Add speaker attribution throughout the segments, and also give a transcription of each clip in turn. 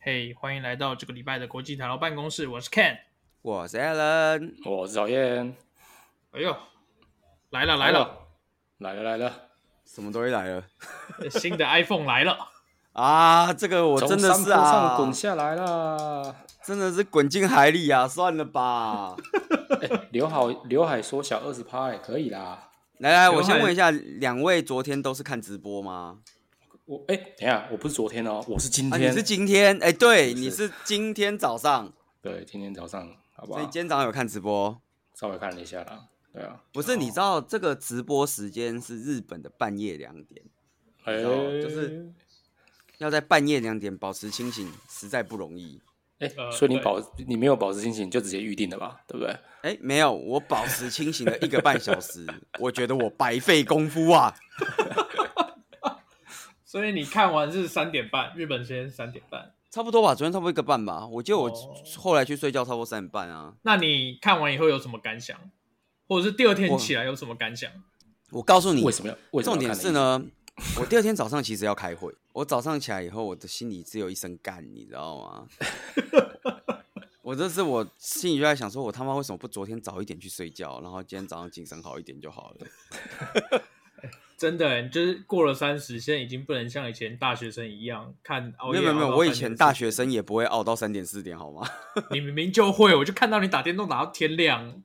Speaker 1: 嘿欢迎来到这个礼拜的国际台劳办公室，我是 Ken。
Speaker 2: 我是 Alan，
Speaker 3: 我是讨厌，
Speaker 1: 哎呦，来了来了，
Speaker 3: 来了来了，
Speaker 2: 什么东西来了
Speaker 1: 新的 iPhone 来了，
Speaker 2: 啊？这个我
Speaker 3: 从
Speaker 2: 真的是
Speaker 3: 山坡上
Speaker 2: 啊，
Speaker 3: 滚下来啦！
Speaker 2: 真的是滚进海里啊！算了 吧。
Speaker 3: 刘海刘海缩小二十趴也可以啦。
Speaker 2: 来来，
Speaker 1: 刘海
Speaker 2: 我先问一下，两位昨天都是看直播吗？
Speaker 3: 我哎、等一下，我不是昨天哦，我是今
Speaker 2: 啊，
Speaker 3: 天，
Speaker 2: 你是今天？哎，对，
Speaker 3: 是
Speaker 2: 你是今天早上，
Speaker 3: 对，今天早上好不
Speaker 2: 所以
Speaker 3: 好
Speaker 2: 今？天早上有看直播。
Speaker 3: 稍微看了一下啦，对啊，
Speaker 2: 不是，你知道这个直播时间是日本的半夜两点，
Speaker 3: 哎、
Speaker 2: 知道就是要在半夜两点保持清醒，实在不容易。
Speaker 3: 哎、
Speaker 1: 呃
Speaker 3: 所以你
Speaker 1: 对
Speaker 3: 保你没有保持清醒，就直接预定了吧，对不对？
Speaker 2: 哎，没有，我保持清醒了一个半小时，我觉得我白费功夫啊。
Speaker 1: 所以你看完是三点半，日本时间三点半。
Speaker 2: 差不多吧，昨天差不多一个半吧。我记得我
Speaker 1: 哦
Speaker 2: 后来去睡觉差不多三点半啊。
Speaker 1: 那你看完以后有什么感想，或者是第二天
Speaker 2: 我
Speaker 1: 起来有什么感想？
Speaker 2: 我告诉你，
Speaker 3: 为什么要？为什
Speaker 2: 重
Speaker 3: 么要
Speaker 2: 点
Speaker 3: 看
Speaker 2: 是
Speaker 3: 了
Speaker 2: 呢， 我第二天早上其实要开会。我早上起来以后，我的心里只有一声干，你知道 吗？我这是我心里就在想说，我他妈为什么不昨天早一点去睡觉，然后今天早上精神好一点就好了？
Speaker 1: 真的、你就是过了三十，现在已经不能像以前大学生一样看熬
Speaker 2: 没
Speaker 3: 哦
Speaker 1: 夜。
Speaker 2: 有没有没有，
Speaker 1: 熬到
Speaker 2: 我以
Speaker 1: 3点
Speaker 2: 前大学生也不会熬到三点四点，好吗？
Speaker 1: 你明明就会，我就看到你打电动打到天亮。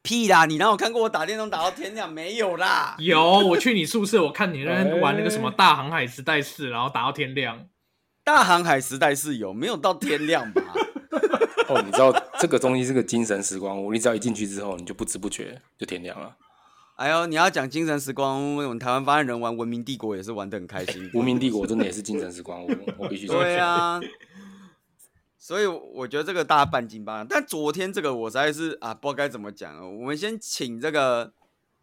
Speaker 2: 屁啦！你哪有看过我打电动打到天亮？没有啦！
Speaker 1: 有，我去你宿舍，我看你那边玩那个什 么《大航海时代四》，然后打到天亮。
Speaker 2: 大航海时代是有，没有到天亮吧？
Speaker 3: 哦，你知道这个东西是个精神时光屋，你只要一进去之后，你就不知不觉就天亮了。
Speaker 2: 哎呦，你要讲精神时光，我们台湾发言人玩《文明帝国》也是玩的很开 心。
Speaker 3: 无名帝国真的也是精神时光屋，我必须说。
Speaker 2: 对啊，所以我觉得这个大家半斤八两。但昨天这个我实在是啊，不知道该怎么讲了。我们先请这个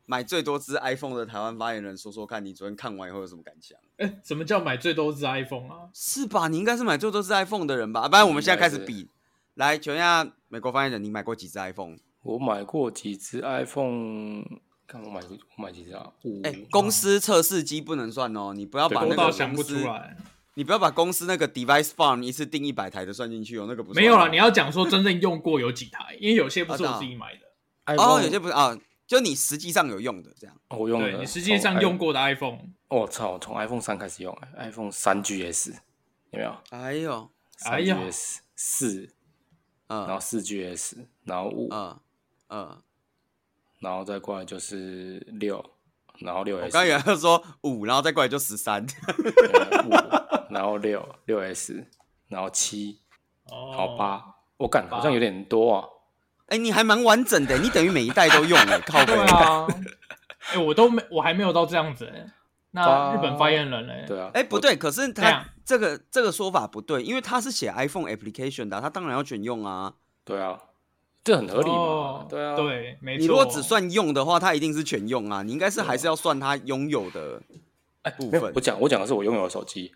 Speaker 2: 买最多只 iPhone 的台湾发言人说说看，你昨天看完以后有什么感想？
Speaker 1: 哎，什么叫买最多只 iPhone 啊？
Speaker 2: 是吧？你应该是买最多只 iPhone 的人吧？啊不然我们现在开始比，来，请问一下美国发言人，你买过几只 iPhone？
Speaker 3: 我买过几只 iPhone，看我买过我买几只啊？五。
Speaker 2: 哎、公司测试机不能算哦，你不要把
Speaker 3: 对
Speaker 1: 多
Speaker 2: 那
Speaker 1: 到
Speaker 2: 个
Speaker 1: 想
Speaker 2: 公
Speaker 1: 不出
Speaker 2: 司，
Speaker 1: 来。
Speaker 2: 你不要把公司那个 device farm 一次订一百台的算进去哦，那个不算
Speaker 1: 没有
Speaker 2: 哦
Speaker 1: 啦，你要讲说真正用过有几台，因为有些不是我
Speaker 3: 啊
Speaker 1: 自己买的。
Speaker 2: 哦，有些不是啊，就你实际上有用的这样。
Speaker 3: 哦我用
Speaker 1: 对
Speaker 3: 了，
Speaker 1: 你实际上
Speaker 3: 从
Speaker 1: 用。过的 iPhone，
Speaker 3: 我、操，从 iPhone 三开始用，iPhone 三 GS 有没有？
Speaker 2: 哎呦，
Speaker 1: 哎呀
Speaker 3: 3GS 四，
Speaker 2: 嗯
Speaker 3: 然后四 GS，然后五、
Speaker 2: 嗯嗯，
Speaker 3: 然后再过来就是六，然后六
Speaker 2: 我
Speaker 3: S，
Speaker 2: 刚原来说五，然后再过来就十三，
Speaker 3: 呃五，然后六六 S，然后七，
Speaker 1: 哦
Speaker 3: 然后八、我感好像有点多啊。
Speaker 2: 哎，你还蛮完整的，你等于每一代都用 哎，靠
Speaker 1: 对
Speaker 2: 背。
Speaker 1: 啊，哎、我都没，我还没有到这样子、欸。那
Speaker 3: 八
Speaker 1: 日本发言人嘞、
Speaker 3: 啊对啊，
Speaker 2: 哎，不对，可是
Speaker 1: 这
Speaker 2: 他
Speaker 1: 样
Speaker 2: 这个这个说法不对，因为他是写 iPhone application 的啊，他当然要选用啊。
Speaker 3: 对啊，这很合理嘛？
Speaker 1: 哦，
Speaker 3: 对啊，
Speaker 1: 对，没错。
Speaker 2: 你如果只算用的话，他一定是全用啊，你应该是还是要算他拥有的部
Speaker 3: 没有
Speaker 2: 分
Speaker 3: 哎我，讲我讲的是我拥有的手机，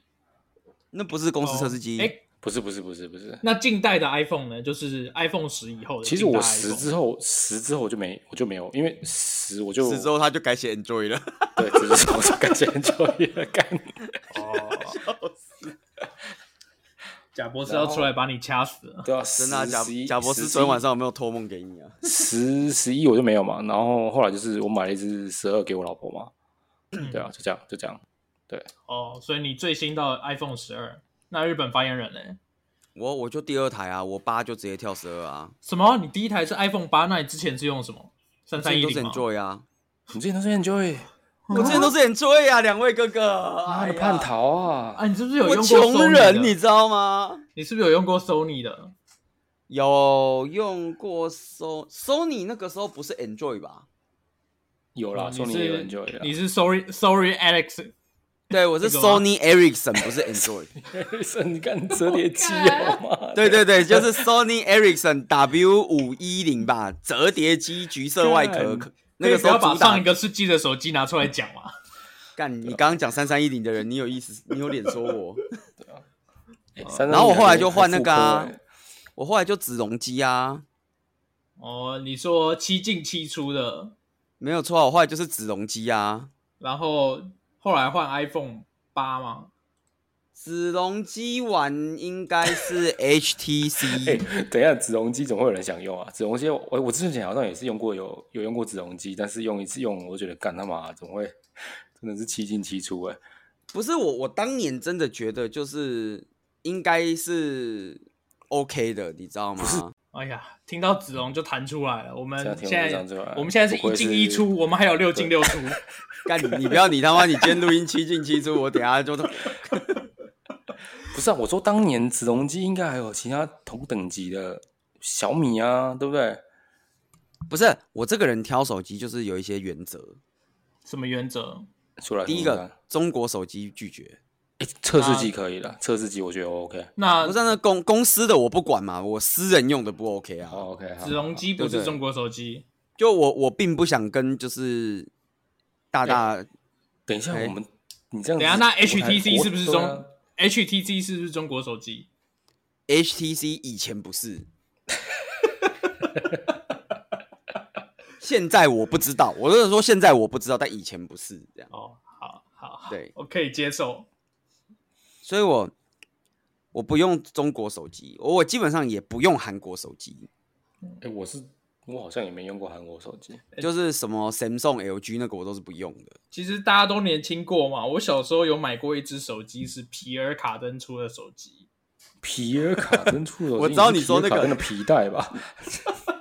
Speaker 2: 那不是公司测试
Speaker 1: 哎、
Speaker 2: 机。
Speaker 3: 不是不是不是不
Speaker 2: 嗯
Speaker 3: 是。
Speaker 1: 那近代的 iPhone 呢？就是 iPhone 十以后的
Speaker 3: 其
Speaker 1: 近
Speaker 3: 实
Speaker 1: 代 iPhone。
Speaker 3: 我十之后，十之后我就没我就没有，因为十我就
Speaker 2: 十之后他就改写 Enjoy 了，
Speaker 3: 对，只是我是感觉很久也 干。
Speaker 1: 哦， 贾博士要出来把你掐死了。
Speaker 3: 对啊，
Speaker 2: 真的啊贾
Speaker 3: 十
Speaker 2: 贾博士昨天晚上有没有托梦给你啊？
Speaker 3: 十十一我就没有嘛，然后后来就是我买了一只十二给我老婆嘛，对啊，就这样就这样，
Speaker 1: 哦，所以你最新到 iPhone 十二，那日本发言人呢？
Speaker 2: 我我就第二台啊，我八就直接跳十二啊，
Speaker 1: 什么？你第一台是 iPhone 八，那你之前是用什么？三
Speaker 2: 之
Speaker 1: 三
Speaker 2: 前
Speaker 1: 一
Speaker 2: 都是
Speaker 1: 零吗？
Speaker 2: Enjoy 啊，
Speaker 3: 你之前都是 enjoy，
Speaker 2: 我之前都是 Enjoy 啊，两位哥哥，
Speaker 3: 嗯妈
Speaker 2: 哎
Speaker 3: 的
Speaker 2: 呀
Speaker 3: 叛，逃啊！
Speaker 1: 啊，你是不是有用
Speaker 2: 我
Speaker 1: 过
Speaker 2: 穷
Speaker 1: Sony 的
Speaker 2: 人，你知道吗？
Speaker 1: 你是不是有用过 Sony 的？
Speaker 2: 有用过 So Sony 那个时候不是 Enjoy 吧？
Speaker 3: 有啦，
Speaker 1: 你
Speaker 3: 说你也有
Speaker 1: 是
Speaker 3: enjoy
Speaker 1: 你
Speaker 3: 啦。
Speaker 1: 是 Sorry Sorry Alex
Speaker 2: 对，我是
Speaker 1: 那个吗
Speaker 2: Sony Ericsson，不是 Enjoy。
Speaker 3: 是啊 你看折叠机哦有吗？
Speaker 2: 对对对，就是 Sony Ericsson W 五一零吧，折叠机，橘色外壳
Speaker 3: 干。
Speaker 2: 那个
Speaker 1: 可以
Speaker 2: 时
Speaker 1: 不要
Speaker 2: 候
Speaker 1: 把
Speaker 2: 主
Speaker 1: 上
Speaker 2: 打
Speaker 1: 一个世纪的手机拿出来讲嘛。
Speaker 2: 干，你刚刚讲三三一零的人，你有意思，你有脸说我？
Speaker 3: 哎，三三
Speaker 2: 然后我
Speaker 3: 零
Speaker 2: 后来
Speaker 3: 还
Speaker 2: 就换那个啊
Speaker 3: 还复刻欸
Speaker 2: 我后来就紫容机啊，
Speaker 1: 哦，你说七进七出的，
Speaker 2: 没有错啊，我后来就是紫容机啊。
Speaker 1: 然后后来换 iPhone 八嘛，
Speaker 2: 紫龙机玩应该是 HTC，
Speaker 3: 等一下，紫容机总会有人想用啊。紫容机，我我之前好像也是用过有，有用过紫容机，但是用一次用，我觉得干他妈怎么会，真的是七进七出哎、
Speaker 2: 不是我，我当年真的觉得就是应该是 OK 的，你知道吗？
Speaker 1: 哎呀，听到子龙就弹出来了。我们
Speaker 3: 这样听
Speaker 1: 现
Speaker 3: 我就这样出
Speaker 1: 在
Speaker 3: 来了
Speaker 1: 我们现在是
Speaker 3: 不
Speaker 1: 一
Speaker 3: 愧是
Speaker 1: 进一出，我们还有六进六出。
Speaker 2: 干你不要你他妈你今天录音七进七出，我等下就
Speaker 3: 不是啊，我说当年紫容机应该还有其他同等级的小米啊，对不对？
Speaker 2: 不是我这个人挑手机就是有一些原则，
Speaker 1: 什么原则？
Speaker 3: 出来
Speaker 2: 第一
Speaker 3: 看看
Speaker 2: 个啊中国手机拒绝，
Speaker 3: 诶测试机可以了，测试机我觉得 OK。
Speaker 1: 那
Speaker 2: 不是那公公司的我不管嘛，我私人用的不 OK 啊。
Speaker 3: 好 OK，好
Speaker 1: 子龙机不
Speaker 2: 对
Speaker 1: 是
Speaker 2: 对
Speaker 1: 中国手机，
Speaker 2: 就我我并不想跟就是大大
Speaker 3: 等一下，
Speaker 2: 哎
Speaker 3: 我们你这样
Speaker 1: 等
Speaker 3: 子
Speaker 1: 一
Speaker 3: 我
Speaker 1: 下
Speaker 3: 还，
Speaker 1: 那 HTC
Speaker 3: 我
Speaker 1: 是不是
Speaker 3: 对啊
Speaker 1: 中 HTC 是不是中国手机？
Speaker 2: HTC 以前不是，现在我不知道，我就是说现在我不知道，但以前不是这样。
Speaker 1: 哦，好好，好
Speaker 2: 对
Speaker 1: 我可以接受。
Speaker 2: 所以我我不用中国手机，我我基本上也不用韩国手机，
Speaker 3: 哎、我是我好像也没用过韩国手机，
Speaker 2: 就是什么 Samsung、LG 那个我都是不用的。
Speaker 1: 其实大家都年轻过嘛，我小时候有买过一只手机，是皮尔卡登出的手机。
Speaker 3: 皮尔卡登出手机，
Speaker 2: 我知道你说那个
Speaker 3: 皮尔卡登的皮带吧？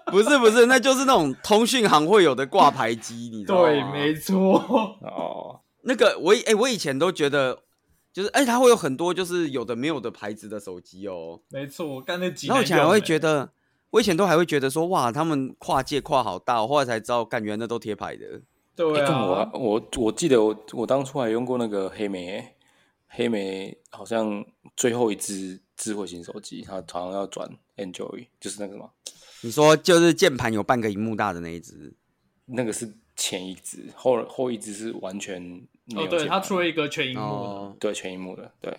Speaker 2: 不是不是， 那就是那种通讯行会有的挂牌机，你知道吗？
Speaker 1: 对，没错。
Speaker 3: 哦，
Speaker 2: 那个我以哎、我以前都觉得。就是哎、它会有很多就是有的没有的牌子的手机哦，
Speaker 1: 没错，我干那几
Speaker 2: 然后
Speaker 1: 年
Speaker 2: 以前还会觉得，我以前都还会觉得说，哇，他们跨界跨好大哦，后来才知道，干原来那都贴牌的。
Speaker 1: 对
Speaker 3: 哎
Speaker 1: 啊，
Speaker 3: 干我啊我我记得我我当初还用过那个黑莓欸、黑莓好像最后一只智慧型手机，它好像要转 Android，就是那个什么，
Speaker 2: 你说就是键盘有半个荧幕大的那一只，
Speaker 3: 那个是前一只，后后一只是完全没
Speaker 1: 哦，
Speaker 3: 有键盘、
Speaker 1: 对，它出了一个全荧幕啊的，
Speaker 2: 哦，
Speaker 3: 对全荧幕的，对，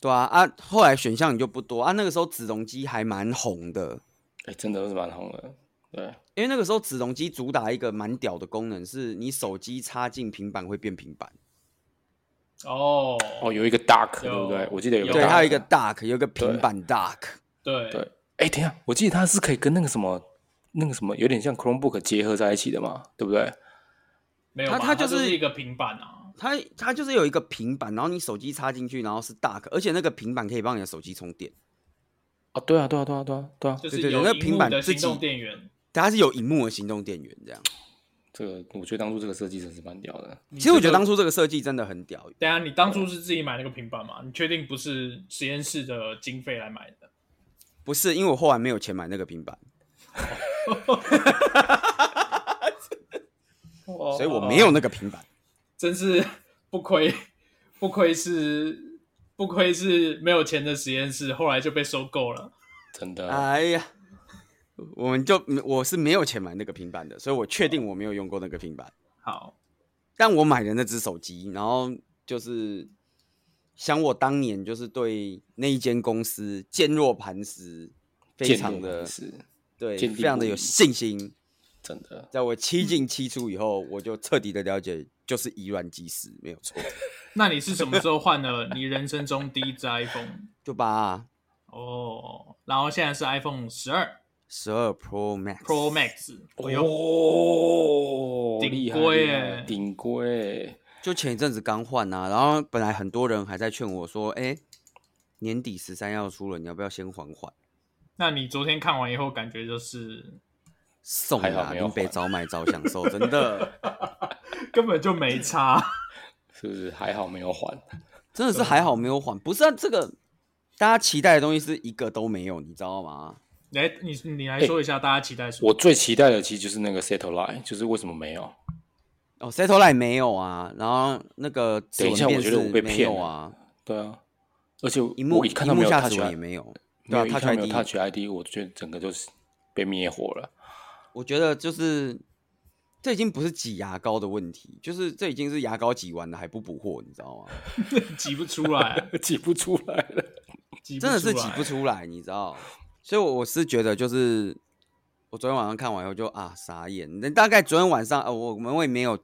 Speaker 2: 对啊啊，后来选项就不多啊。那个时候紫龙机还蛮红的，
Speaker 3: 哎、真的是蛮红的，对，
Speaker 2: 因为那个时候紫龙机主打一个蛮屌的功能，是你手机插进平板会变平板，
Speaker 1: 哦，
Speaker 3: 哦，有一个 Dark，
Speaker 1: 有
Speaker 3: 对不对？我记得有
Speaker 1: 有
Speaker 2: 对，
Speaker 3: Dark
Speaker 2: 它有一个 dock，有一个平
Speaker 3: 对
Speaker 2: 板 dock，
Speaker 1: 对
Speaker 3: 对，哎、等一下，我记得它是可以跟那个什么。那个什么，有点像 Chromebook 结合在一起的嘛，对不对？
Speaker 1: 没有吧，
Speaker 2: 它
Speaker 1: 它
Speaker 2: 它就是
Speaker 1: 是一个平板啊，
Speaker 2: 它它就是有一个平板，然后你手机插进去，然后是 dock，而且那个平板可以帮你的手机充电。
Speaker 3: 啊，对啊，对啊，对啊，对啊，对啊，
Speaker 1: 就是
Speaker 2: 对对
Speaker 1: 有
Speaker 2: 那
Speaker 1: 屏
Speaker 2: 平
Speaker 1: 幕
Speaker 2: 板
Speaker 1: 的
Speaker 2: 自
Speaker 1: 行
Speaker 2: 己
Speaker 1: 动电源。
Speaker 2: 它是有荧幕的行动电源这样。
Speaker 3: 这个我觉得当初这个设计真是蛮屌的。
Speaker 1: 你
Speaker 2: 其实我觉得
Speaker 1: 这个
Speaker 2: 当初这个设计真的很屌，
Speaker 1: 等一下，你当初是自己买那个平板吗？你确定不是实验室的经费来买的？
Speaker 2: 不是因为我后来没有钱买那个平板，
Speaker 1: 所
Speaker 2: 所以我没有，那个平板。
Speaker 1: 哦真是 不亏，不亏是不亏是没有钱的实验室，后来就被收购了。
Speaker 3: 真的，
Speaker 2: 哎呀，我们就我是没有钱买那个平板的，所以我确定我没有用过那个平板，
Speaker 1: 好，
Speaker 2: 但我买的那只手机，然后就是想我当年就是对那一间公司坚若磐石，非
Speaker 3: 见
Speaker 2: 常
Speaker 3: 过
Speaker 2: 的
Speaker 3: 也是
Speaker 2: 对，
Speaker 3: 坚定
Speaker 2: 非常的
Speaker 3: 不移
Speaker 2: 有信心。
Speaker 3: 真的。
Speaker 2: 在我七进七出以后，我就彻底的了解，就是以卵击石，没有错。
Speaker 1: 那你是什么时候换了 你人生中第一只 iPhone？
Speaker 2: 就把
Speaker 1: 哦，然后现在是 iPhone 十二
Speaker 2: 十二 Pro Max
Speaker 1: Pro Max，我哎又、
Speaker 3: 哦
Speaker 1: 哦顶
Speaker 3: 厉害
Speaker 1: 规
Speaker 3: 厉害
Speaker 1: 耶
Speaker 3: 顶规。
Speaker 2: 就前一阵子刚换啊，然后本来很多人还在劝我说，哎、年底十三要出了，你要不要先缓缓？
Speaker 1: 那你昨天看完以后感觉就是
Speaker 2: 送
Speaker 3: 还好
Speaker 2: 啦，
Speaker 3: 没有
Speaker 2: 林北
Speaker 3: 缓
Speaker 2: 早买早享受，真 的，
Speaker 1: 根本就没差。
Speaker 3: 是不是还好没有还？
Speaker 2: 真的是还好没有缓。不是、啊、这个，大家期待的东西是一个都没有，你知道吗？
Speaker 1: 来，哎你你来说一下大家期待什么？
Speaker 3: 我最期待的其实就是那个 Satellite，就是为什么没有？
Speaker 2: 哦，Satellite 没有啊，然后那个指
Speaker 3: 等一
Speaker 2: 纹
Speaker 3: 下
Speaker 2: 辨
Speaker 3: 我觉得
Speaker 2: 识
Speaker 3: 我被
Speaker 2: 没
Speaker 3: 骗
Speaker 2: 有
Speaker 3: 了
Speaker 2: 啊，
Speaker 3: 对啊，而且
Speaker 2: 荧幕
Speaker 3: 我一看
Speaker 2: 荧
Speaker 3: 到没
Speaker 2: 幕
Speaker 3: 有
Speaker 2: 下
Speaker 3: Touch
Speaker 2: 指纹
Speaker 3: ID，
Speaker 2: 也没有，
Speaker 3: 没
Speaker 2: 对啊
Speaker 3: 有一
Speaker 2: ，Touch
Speaker 3: 看到没有
Speaker 2: ID，
Speaker 3: Touch ID，我觉得整个就是被灭火了。
Speaker 2: 我觉得就是这已经不是挤牙膏的问题，就是这已经是牙膏挤完了还不补货，你知道吗？
Speaker 1: 挤不出来，
Speaker 3: 挤不出来了，
Speaker 1: 挤不
Speaker 2: 真
Speaker 1: 出
Speaker 2: 的
Speaker 1: 来
Speaker 2: 是挤不出来，你知道？所以我，我是觉得就是我昨天晚上看完以后就啊傻眼。那大概昨天晚上呃，我们也没有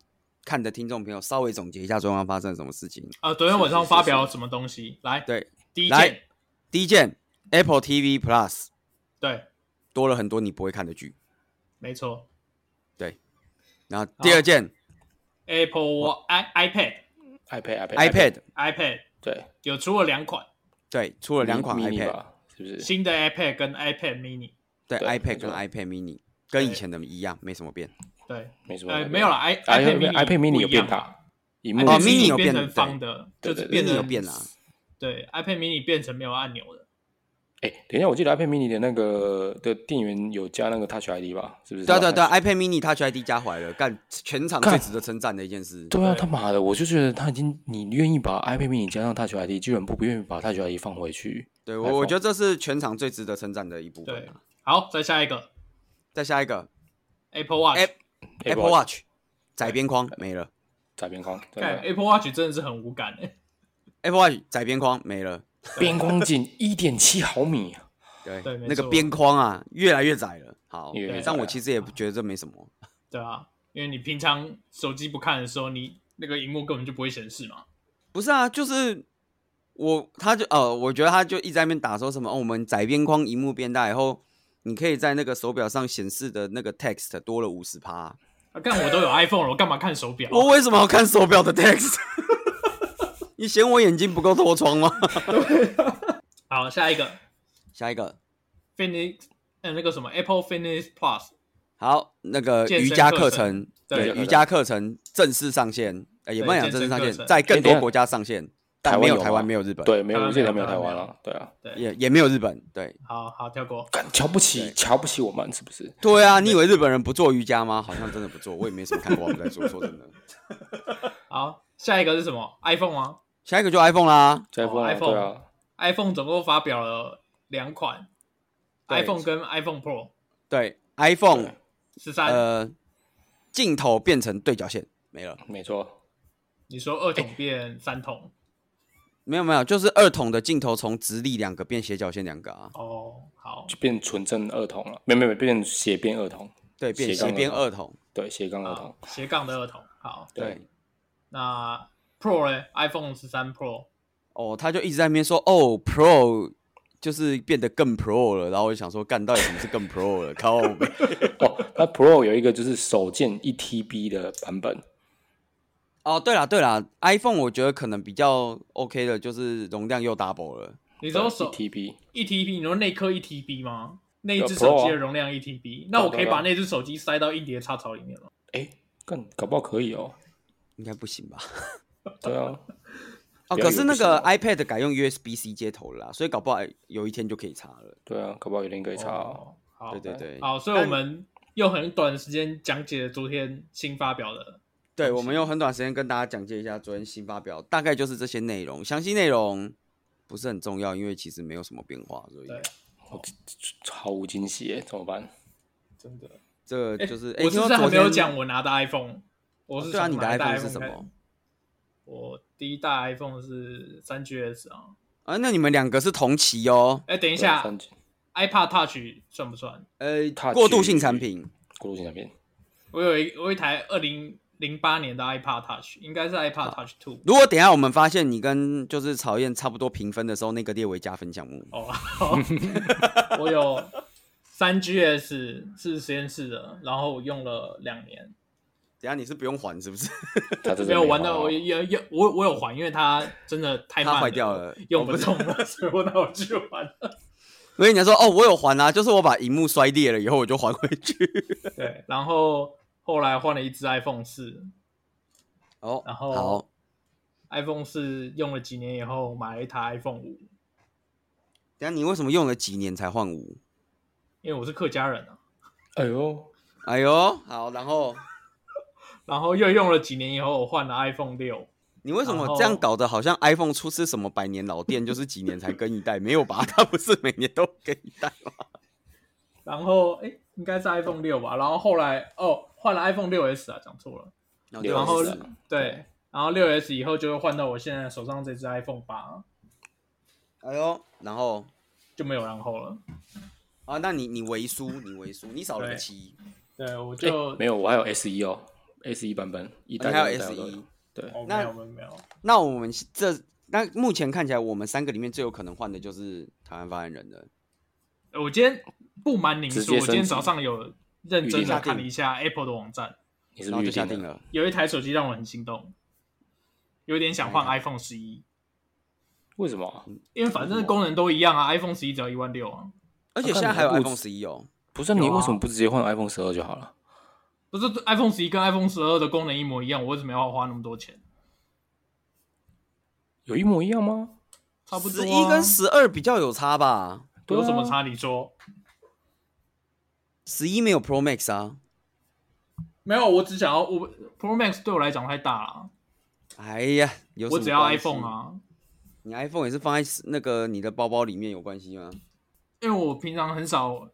Speaker 2: 看的听众朋友稍微总结一下昨天晚上发生了什么事情。
Speaker 1: 啊，昨天晚上发表什么东西？来，
Speaker 2: 对，
Speaker 1: 第一
Speaker 2: 来
Speaker 1: 件，
Speaker 2: 第一件 Apple TV Plus
Speaker 1: 对，
Speaker 2: 多了很多你不会看的剧，
Speaker 1: 没错
Speaker 2: 然后第二件
Speaker 1: ，Apple Wa- i iPad
Speaker 3: iPad 哎 iPad
Speaker 2: iPad
Speaker 1: iPad
Speaker 3: 对，
Speaker 1: 有出了两款
Speaker 2: 对出了两款
Speaker 3: mini
Speaker 2: iPad，
Speaker 3: 吧，是不是？
Speaker 1: 新的 iPad 跟 iPad Mini，
Speaker 2: 对
Speaker 3: 对
Speaker 2: iPad
Speaker 3: 没
Speaker 2: 跟
Speaker 3: 错
Speaker 2: iPad Mini 跟以
Speaker 1: 对
Speaker 2: 前的一样没什么变，
Speaker 1: 对，
Speaker 3: 没什么改
Speaker 1: 呃，
Speaker 3: 变，
Speaker 1: 没有了，i
Speaker 3: iPad
Speaker 1: iPad
Speaker 3: iPad mini
Speaker 1: 不
Speaker 3: 有
Speaker 1: 一样
Speaker 3: 变大，荧幕
Speaker 1: iPad
Speaker 2: 哦，mini 有变
Speaker 1: 变成方的，
Speaker 3: 对
Speaker 1: 就是
Speaker 3: 对对
Speaker 1: 变
Speaker 2: mini 有
Speaker 1: 成
Speaker 2: 变啦，啊
Speaker 1: 对，iPad Mini 变成没有按钮的，
Speaker 3: 哎，等一下，我记得 iPad mini 的那个的店员有加那个 Touch ID 吧？是不是？
Speaker 2: 对啊对啊对啊，iPad Mini Touch ID 加回来了，干全场最值得称赞的一件事。
Speaker 3: 对啊，
Speaker 1: 对
Speaker 3: 他妈的，我就觉得他已经，你愿意把 iPad mini 加上 Touch ID，居然不愿意把 Touch ID 放回去。
Speaker 2: 对我我觉得这是全场最值得称赞的一部分
Speaker 1: 对
Speaker 2: 啊。
Speaker 1: 好，再下一个
Speaker 2: 再下一个
Speaker 1: Apple Watch，
Speaker 2: App- Apple Watch 窄边框没了
Speaker 3: 窄边框，对啊
Speaker 1: 看
Speaker 3: 吧
Speaker 1: Apple Watch 真的是很无感哎、
Speaker 2: ，Apple Watch 窄边框没了，
Speaker 3: 边框仅一点七 毫米啊，
Speaker 2: 对
Speaker 1: 对没
Speaker 2: 那个
Speaker 1: 错
Speaker 2: 边框啊越来越窄了。好
Speaker 3: 越来越，
Speaker 2: 但
Speaker 3: 窄
Speaker 2: 我
Speaker 3: 了
Speaker 2: 其实也不觉得这没什么。
Speaker 1: 对啊，因为你平常手机不看的时候，你那个荧幕根本就不会显示嘛。
Speaker 2: 不是啊，就是我，他就呃，我觉得他就一直在那边打说什么，哦，我们窄边框荧幕变大以后，你可以在那个手表上显示的那个 text 多了五十趴。
Speaker 1: 啊，干我都有 iPhone 了，我干嘛看手表？
Speaker 2: 我为什么要看手表的 text？你嫌我眼睛不够脱窗吗？
Speaker 1: 好，下一个
Speaker 2: 下一个，
Speaker 1: Fitness，呃，那个什么 Apple Fitness Plus，
Speaker 2: 好，那个
Speaker 1: 健
Speaker 2: 瑜
Speaker 1: 身
Speaker 2: 伽
Speaker 1: 课
Speaker 2: 课
Speaker 1: 程
Speaker 2: 程，
Speaker 1: 对
Speaker 2: 对，
Speaker 3: 健身
Speaker 2: 瑜
Speaker 3: 课
Speaker 2: 伽课程正式上线，呃也
Speaker 1: 对
Speaker 2: 不能讲
Speaker 1: 健
Speaker 2: 正式
Speaker 1: 身
Speaker 2: 上
Speaker 1: 课
Speaker 2: 线，
Speaker 1: 程
Speaker 2: 在更
Speaker 3: 哎等
Speaker 2: 多
Speaker 3: 一下
Speaker 2: 国家上线，
Speaker 3: 台
Speaker 2: 但
Speaker 3: 湾
Speaker 2: 没
Speaker 3: 有
Speaker 2: 有台湾，
Speaker 3: 吗
Speaker 2: 没有日本，
Speaker 3: 对，没有，
Speaker 1: 台湾
Speaker 3: 我记得
Speaker 1: 没
Speaker 3: 没
Speaker 1: 有
Speaker 3: 有台湾
Speaker 1: 台湾没
Speaker 3: 了，对啊，
Speaker 2: 也也没有日本，对，
Speaker 1: 好好跳过。
Speaker 3: 干瞧不起，瞧不起我们是不是？
Speaker 2: 对啊，你以为日本人不做瑜伽吗？好像真的不做，我也没什么看过。我们在说，说真的，
Speaker 1: 好，下一个是什么？iPhone 吗
Speaker 2: 下一个就 iPhone 啦。
Speaker 3: 在 iPhone 啊对
Speaker 1: iPhone
Speaker 3: 啊，
Speaker 1: ？iPhone 总共发表了两款
Speaker 2: 对
Speaker 1: ，iPhone 跟 iPhone Pro
Speaker 2: 对，iPhone
Speaker 1: 十三。
Speaker 2: 呃，镜头变成对角线，没了，
Speaker 3: 没错，
Speaker 1: 你说二筒变三筒？
Speaker 2: 没有没有，就是二筒的镜头从直立两个变斜角线两个啊，
Speaker 1: 哦，好，
Speaker 3: 就变纯正儿童了，没有没有，变斜边儿童，
Speaker 2: 对，变
Speaker 3: 斜杠
Speaker 2: 斜边
Speaker 3: 的
Speaker 2: 二筒，
Speaker 3: 对，斜杠儿童
Speaker 1: 好，斜杠的二筒。好，
Speaker 2: 对，
Speaker 1: 那 Pro 呢 i p h o n e 十三 Pro
Speaker 2: 哦，他就一直在那边说哦，Pro 就是变得更 Pro 了，然后我就想说，干到底什么是更 Pro 了？ 靠北，
Speaker 3: 哦，那 Pro 有一个就是首件一 TB 的版本，
Speaker 2: 哦，对啦对啦，iPhone 我觉得可能比较 OK 的就是容量又 double 了，
Speaker 1: 你
Speaker 3: 你
Speaker 1: 说手
Speaker 3: 一 TB，
Speaker 1: 一 TB，你说内颗一 TB 吗？那一只
Speaker 3: 有 Pro
Speaker 1: 手机
Speaker 3: 啊
Speaker 1: 的容量一 TB，、那我可以
Speaker 3: 对啊
Speaker 1: 把那只手机塞到硬碟插槽里面吗？
Speaker 3: 哎，更搞不好可以哦，
Speaker 2: 应该不行吧？
Speaker 3: 对啊，
Speaker 2: 哦，
Speaker 3: 不
Speaker 2: 可
Speaker 3: 要
Speaker 2: 是
Speaker 3: 以为
Speaker 2: 那
Speaker 3: 不
Speaker 2: 个
Speaker 3: 是
Speaker 2: iPad 改用 USB-C 接头了啦，所以搞不好有一天就可以插了。
Speaker 3: 对啊，搞不好有点可以查哦。
Speaker 1: 哦，好，
Speaker 2: 对对对，
Speaker 1: 好，所以我们用很短的时间讲解了昨天新发表的，
Speaker 2: 对，我们用很短时间跟大家讲解一下昨天新发表，大概就是这些内容，详细内容不是很重要，因为其实没有什么变化，所以
Speaker 1: 对，
Speaker 3: 毫无惊喜耶，怎么办？
Speaker 1: 真的，
Speaker 2: 这
Speaker 1: 哎、
Speaker 2: 就是哎，
Speaker 1: 我是
Speaker 2: 听
Speaker 1: 不
Speaker 2: 说
Speaker 1: 是还
Speaker 2: 昨
Speaker 1: 没有
Speaker 2: 天
Speaker 1: 讲我拿的 iPhone？我是
Speaker 2: 对啊，
Speaker 1: 从
Speaker 2: 你的
Speaker 1: 哪一代
Speaker 2: iPhone 是什
Speaker 1: 开始
Speaker 2: 么？
Speaker 1: 我第一代 iPhone 是三 GS 啊，
Speaker 2: 啊，那你们两个是同期哦，
Speaker 1: 哎、等一下
Speaker 3: 对三 G
Speaker 1: ，iPad Touch 算不算？
Speaker 2: 呃，
Speaker 3: Touch
Speaker 2: 过渡性产品，
Speaker 3: 过渡性产品，
Speaker 1: 我有一我有一台二零零八年的 iPad Touch，应该是 iPad Touch Two。
Speaker 2: 如果等一下我们发现你跟就是曹燕差不多评分的时候，那个列为加分项目。
Speaker 1: 哦，好，我有三 GS 是实验室的，然后我用了两年，
Speaker 2: 等一下你是不用还是不 是？
Speaker 3: 他这
Speaker 1: 没有玩
Speaker 3: 玩
Speaker 1: 到，我也也我我有还，因为它真的太慢
Speaker 2: 哦它坏掉了
Speaker 1: 用不动了，所以我拿回去还。
Speaker 2: 我跟你讲说，哦，我有还啊，就是我把荧幕摔裂了以后，我就还回 去。
Speaker 1: 对，然后后来换了一只 iPhone 四
Speaker 2: 哦，
Speaker 1: 然后
Speaker 2: 好，
Speaker 1: ，iPhone 四用了几年以后买了一台 iPhone 五，
Speaker 2: 等一下你为什么用了几年才换五？
Speaker 1: 因为我是客家人啊，
Speaker 3: 哎呦，
Speaker 2: 哎呦，好，然后
Speaker 1: 然后又用了几年以后我换了 iPhone 六。
Speaker 2: 你为什
Speaker 1: 然
Speaker 2: 么
Speaker 1: 后
Speaker 2: 这样搞得好像 iPhone 出是什么百年老店，就是几年才更一代？没有吧？ 它不是每年都更一代吗？
Speaker 1: 然后哎，诶应该是 iPhone 六吧。然后后来哦，换了 iPhone 六 S 啊，讲错了。
Speaker 2: 哦
Speaker 3: 六
Speaker 1: 然后
Speaker 3: S 啊
Speaker 1: 对，然后六 S 以后就会换到我现在手上这只 iPhone 八，
Speaker 2: 哎呦，然后
Speaker 1: 就没有然后了。
Speaker 2: 啊，那你你为输，你为输，你少了个
Speaker 1: 对
Speaker 2: 七，
Speaker 1: 对，我
Speaker 3: 哎
Speaker 1: 就、
Speaker 3: 没有，我还有 S 一哦， S 一版本，一
Speaker 2: 哦你
Speaker 3: 代
Speaker 2: 还有
Speaker 3: 跟二代
Speaker 2: S E
Speaker 3: 我都
Speaker 2: 一。
Speaker 3: 对，
Speaker 1: 哦，
Speaker 2: 那
Speaker 1: 没有没有没有，
Speaker 2: 那我们这那目前看起来，我们三个里面最有可能换的就是台湾发言人了。
Speaker 1: 呃我今天不瞒您
Speaker 3: 直
Speaker 1: 说，
Speaker 3: 接
Speaker 1: 我今天
Speaker 3: 升级
Speaker 1: 早上有认真
Speaker 3: 预定
Speaker 1: 的
Speaker 2: 了
Speaker 1: 看了一下 Apple 的网站，
Speaker 3: 你是
Speaker 2: 然
Speaker 3: 不
Speaker 2: 后
Speaker 3: 是
Speaker 2: 就
Speaker 3: 预
Speaker 2: 下
Speaker 3: 定
Speaker 2: 定
Speaker 3: 了？
Speaker 2: 了。
Speaker 1: 有一台手机让我很心动，有点想换 iPhone 十一，
Speaker 3: 为什么啊？
Speaker 2: 嗯
Speaker 1: 因为反正功能都一样啊，iPhone 十一只要一万六啊。
Speaker 2: 而且
Speaker 3: 啊
Speaker 2: 现
Speaker 3: 看
Speaker 2: 在
Speaker 3: 你
Speaker 2: 还有
Speaker 3: 还不
Speaker 2: iPhone 十一哦，
Speaker 3: 不是啊你
Speaker 1: 有啊
Speaker 3: 为什么不直接换 iPhone 十二就好了？
Speaker 1: 不是 iPhone 十一跟 iPhone 十二的功能一模一样，我为什么要花那么多钱？
Speaker 3: 有一模一样吗？
Speaker 1: 差不多、啊。
Speaker 2: 十一跟十二比较有差吧？
Speaker 1: 有什
Speaker 3: 对啊
Speaker 1: 么差？你说？
Speaker 2: 十一没有 Pro Max 啊？
Speaker 1: 没有，我只想要我 Pro Max 对我来讲太大了，
Speaker 2: 哎呀，有什
Speaker 1: 我
Speaker 2: 么
Speaker 1: 只要
Speaker 2: 关系
Speaker 1: iPhone，啊，
Speaker 2: 你 iPhone 也是放在那个你的包包里面有关系吗？
Speaker 1: 因为我平常很少，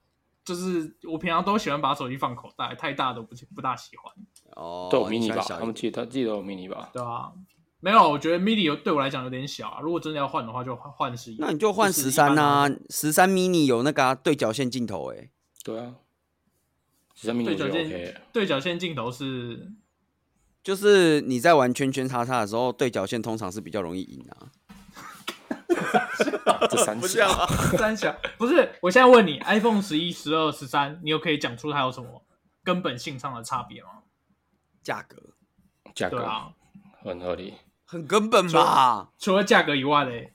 Speaker 1: 就是我平常都喜欢把手机放口袋，太大的我不不大喜欢，
Speaker 2: 哦，
Speaker 3: 都有
Speaker 2: 你喜
Speaker 3: mini
Speaker 2: 欢
Speaker 3: 吧？
Speaker 2: 小一
Speaker 3: 他们
Speaker 2: 点
Speaker 3: 记得记得有 mini 吧？
Speaker 1: 对啊？没有，我觉得 mini 有对我来讲有点小啊，如果真的要换的话，就换换十一。
Speaker 2: 那你就换
Speaker 1: 就是
Speaker 2: 十
Speaker 1: 一般
Speaker 2: 三啊呐
Speaker 1: 的，啊
Speaker 2: 十三 mini 有那个啊、对角线镜头、哎，
Speaker 3: 对啊，十三 mini
Speaker 1: 对
Speaker 3: 我
Speaker 1: 角
Speaker 3: 觉得
Speaker 1: 线、
Speaker 3: OK，
Speaker 1: 对角线镜头是
Speaker 2: 就是你在玩圈圈叉叉的时候，对角线通常是比较容易赢啊。
Speaker 3: 这三小
Speaker 2: 啊，
Speaker 1: 三小，不是？我现在问你，iPhone 十一、十二、十三，你又可以讲出它有什么根本性上的差别吗？
Speaker 2: 价格
Speaker 3: 价
Speaker 1: 对
Speaker 3: 格
Speaker 1: 啊，
Speaker 3: 很合理。
Speaker 2: 很根本吧？
Speaker 1: 除了价格以外嘞，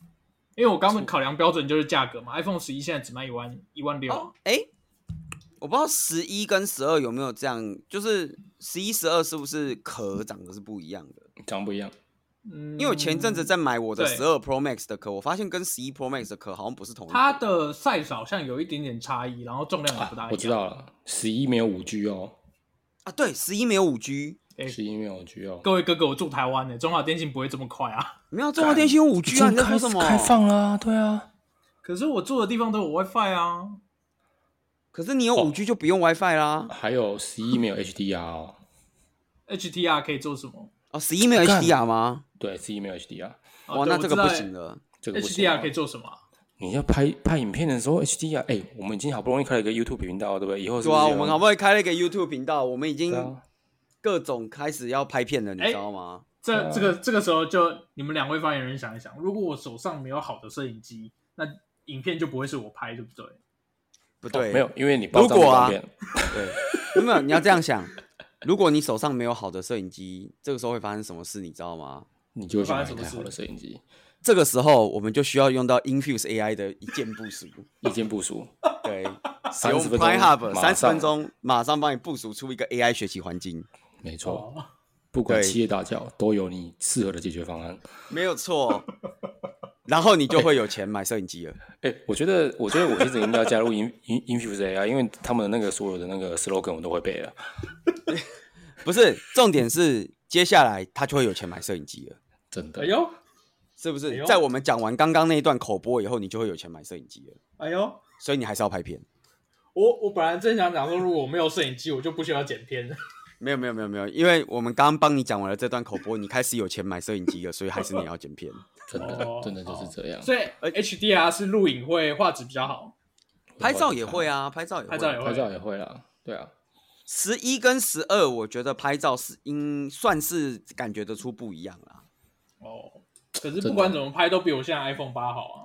Speaker 1: 因为我刚刚考量标准就是价格嘛，iPhone 十一现在只卖一万一万六、
Speaker 2: 哦，哎、我不知道十一跟十二有没有这样，就是十一、十二是不是壳长得是不一样的？
Speaker 3: 长不一样，
Speaker 1: 嗯，
Speaker 2: 因为我前阵子在买我
Speaker 3: 嗯
Speaker 2: 的
Speaker 1: 对
Speaker 2: 十二 Pro Max 的壳，我发现跟十一 Pro Max 的壳好像不是同一
Speaker 1: 它
Speaker 2: 个。
Speaker 1: 的 size 好像有一点点差异，然后重量也不大一样。
Speaker 3: 啊我知道了。十一没有五 G 哦，
Speaker 2: 啊，对，十一没有五 G，
Speaker 1: 哎
Speaker 3: 十一没有五 G 哦。
Speaker 1: 各位哥哥，我住台湾呢、中华电信不会这么快啊。
Speaker 2: 没有中华电信有五 G 啊？
Speaker 3: 已
Speaker 2: 你
Speaker 3: 经
Speaker 2: 在
Speaker 3: 开
Speaker 2: 说什么？
Speaker 3: 开放啦，对啊，
Speaker 1: 可是我住的地方都有 WiFi 啊，
Speaker 2: 可是你有
Speaker 3: 哦
Speaker 2: 五 G 就不用 WiFi 啦。
Speaker 3: 还有十一没有 HDR 哦，
Speaker 1: HDR 可以做什么？
Speaker 2: 哦，十一没有
Speaker 3: 干
Speaker 2: HDR 吗？
Speaker 3: 对，十一没有 HDR，
Speaker 1: 哦
Speaker 2: 哇，那这个不行。了。
Speaker 3: 这个
Speaker 1: 对我
Speaker 3: 不
Speaker 1: 知道
Speaker 3: 行
Speaker 1: HDR
Speaker 3: 啊
Speaker 1: 可以做什么啊？
Speaker 3: 你要拍拍影片的时候 HDR，哎、我们已经好不容易开了一个 YouTube 频道，对不对？以后是
Speaker 2: 对
Speaker 3: 不是
Speaker 2: 啊，
Speaker 3: 要
Speaker 2: 我们好不容易开了一个 YouTube 频道，我们已
Speaker 3: 对
Speaker 2: 经
Speaker 3: 啊
Speaker 2: 各种开始要拍片了，你
Speaker 1: 哎
Speaker 2: 知道吗？
Speaker 1: 这这个这个时候就你们两位发言人想一想，如果我手上没有好的摄影机，那影片就不会是我拍，对不对？
Speaker 2: 不对，
Speaker 3: 哦没有，因为你包
Speaker 2: 如
Speaker 3: 装不
Speaker 2: 果啊
Speaker 3: 方便，
Speaker 2: 对，没有，你要这样想。如果你手上没有好的摄影机，这个时候会发生什么事，你知道吗？
Speaker 3: 你就会想
Speaker 1: 发
Speaker 3: 买
Speaker 1: 生
Speaker 3: 一
Speaker 1: 什么
Speaker 3: 台
Speaker 1: 事
Speaker 3: 好的摄影机，
Speaker 2: 这个时候我们就需要用到 Infuse AI 的一键部署。
Speaker 3: 一键部署，
Speaker 2: 对，使用
Speaker 3: 30分钟
Speaker 2: Prime Hub
Speaker 3: 马
Speaker 2: 三
Speaker 3: 上
Speaker 2: 十分钟，马上帮你部署出一个 AI 学习环境，
Speaker 3: 没
Speaker 1: 哦
Speaker 3: 错，不管
Speaker 2: 哦对
Speaker 3: 企业大小，都有你适合的解决方案。
Speaker 2: 没有错。然后你就会有钱买摄影机了。
Speaker 3: 哎、我觉得，我觉得我一直应该加入 In In Infuse AI，因为他们的那个所有的那个 slogan 我都会背了。
Speaker 2: 不是，重点是接下来他就会有钱买摄影机了，
Speaker 3: 真的
Speaker 1: 哎，呦，
Speaker 2: 是不
Speaker 1: 哎
Speaker 2: 是？
Speaker 1: 呦
Speaker 2: 在我们讲完刚刚那一段口播以后，你就会有钱买摄影机了，
Speaker 1: 哎呦，
Speaker 2: 所以你还是要拍片。
Speaker 1: 我我本来正想讲说，如果我没有摄影机，我就不需要剪 片。
Speaker 2: 没有没有没有没有，因为我们刚刚帮你讲完了这段口播，你开始有钱买摄影机了，所以还是你要剪片。
Speaker 3: 真的，
Speaker 1: 哦
Speaker 3: 真的就是这样。
Speaker 1: 所以
Speaker 2: 哎
Speaker 1: HDR 是录影会画质比较好，
Speaker 2: 拍照也会啊，拍照也会。
Speaker 1: 拍照也
Speaker 3: 拍照
Speaker 1: 会。
Speaker 3: 也会啦，对啊，
Speaker 2: 十一跟十二，我觉得拍照是应算是感觉得出不一样啦。
Speaker 1: 哦，可是不管怎么拍，都比我现在 iPhone 八好啊。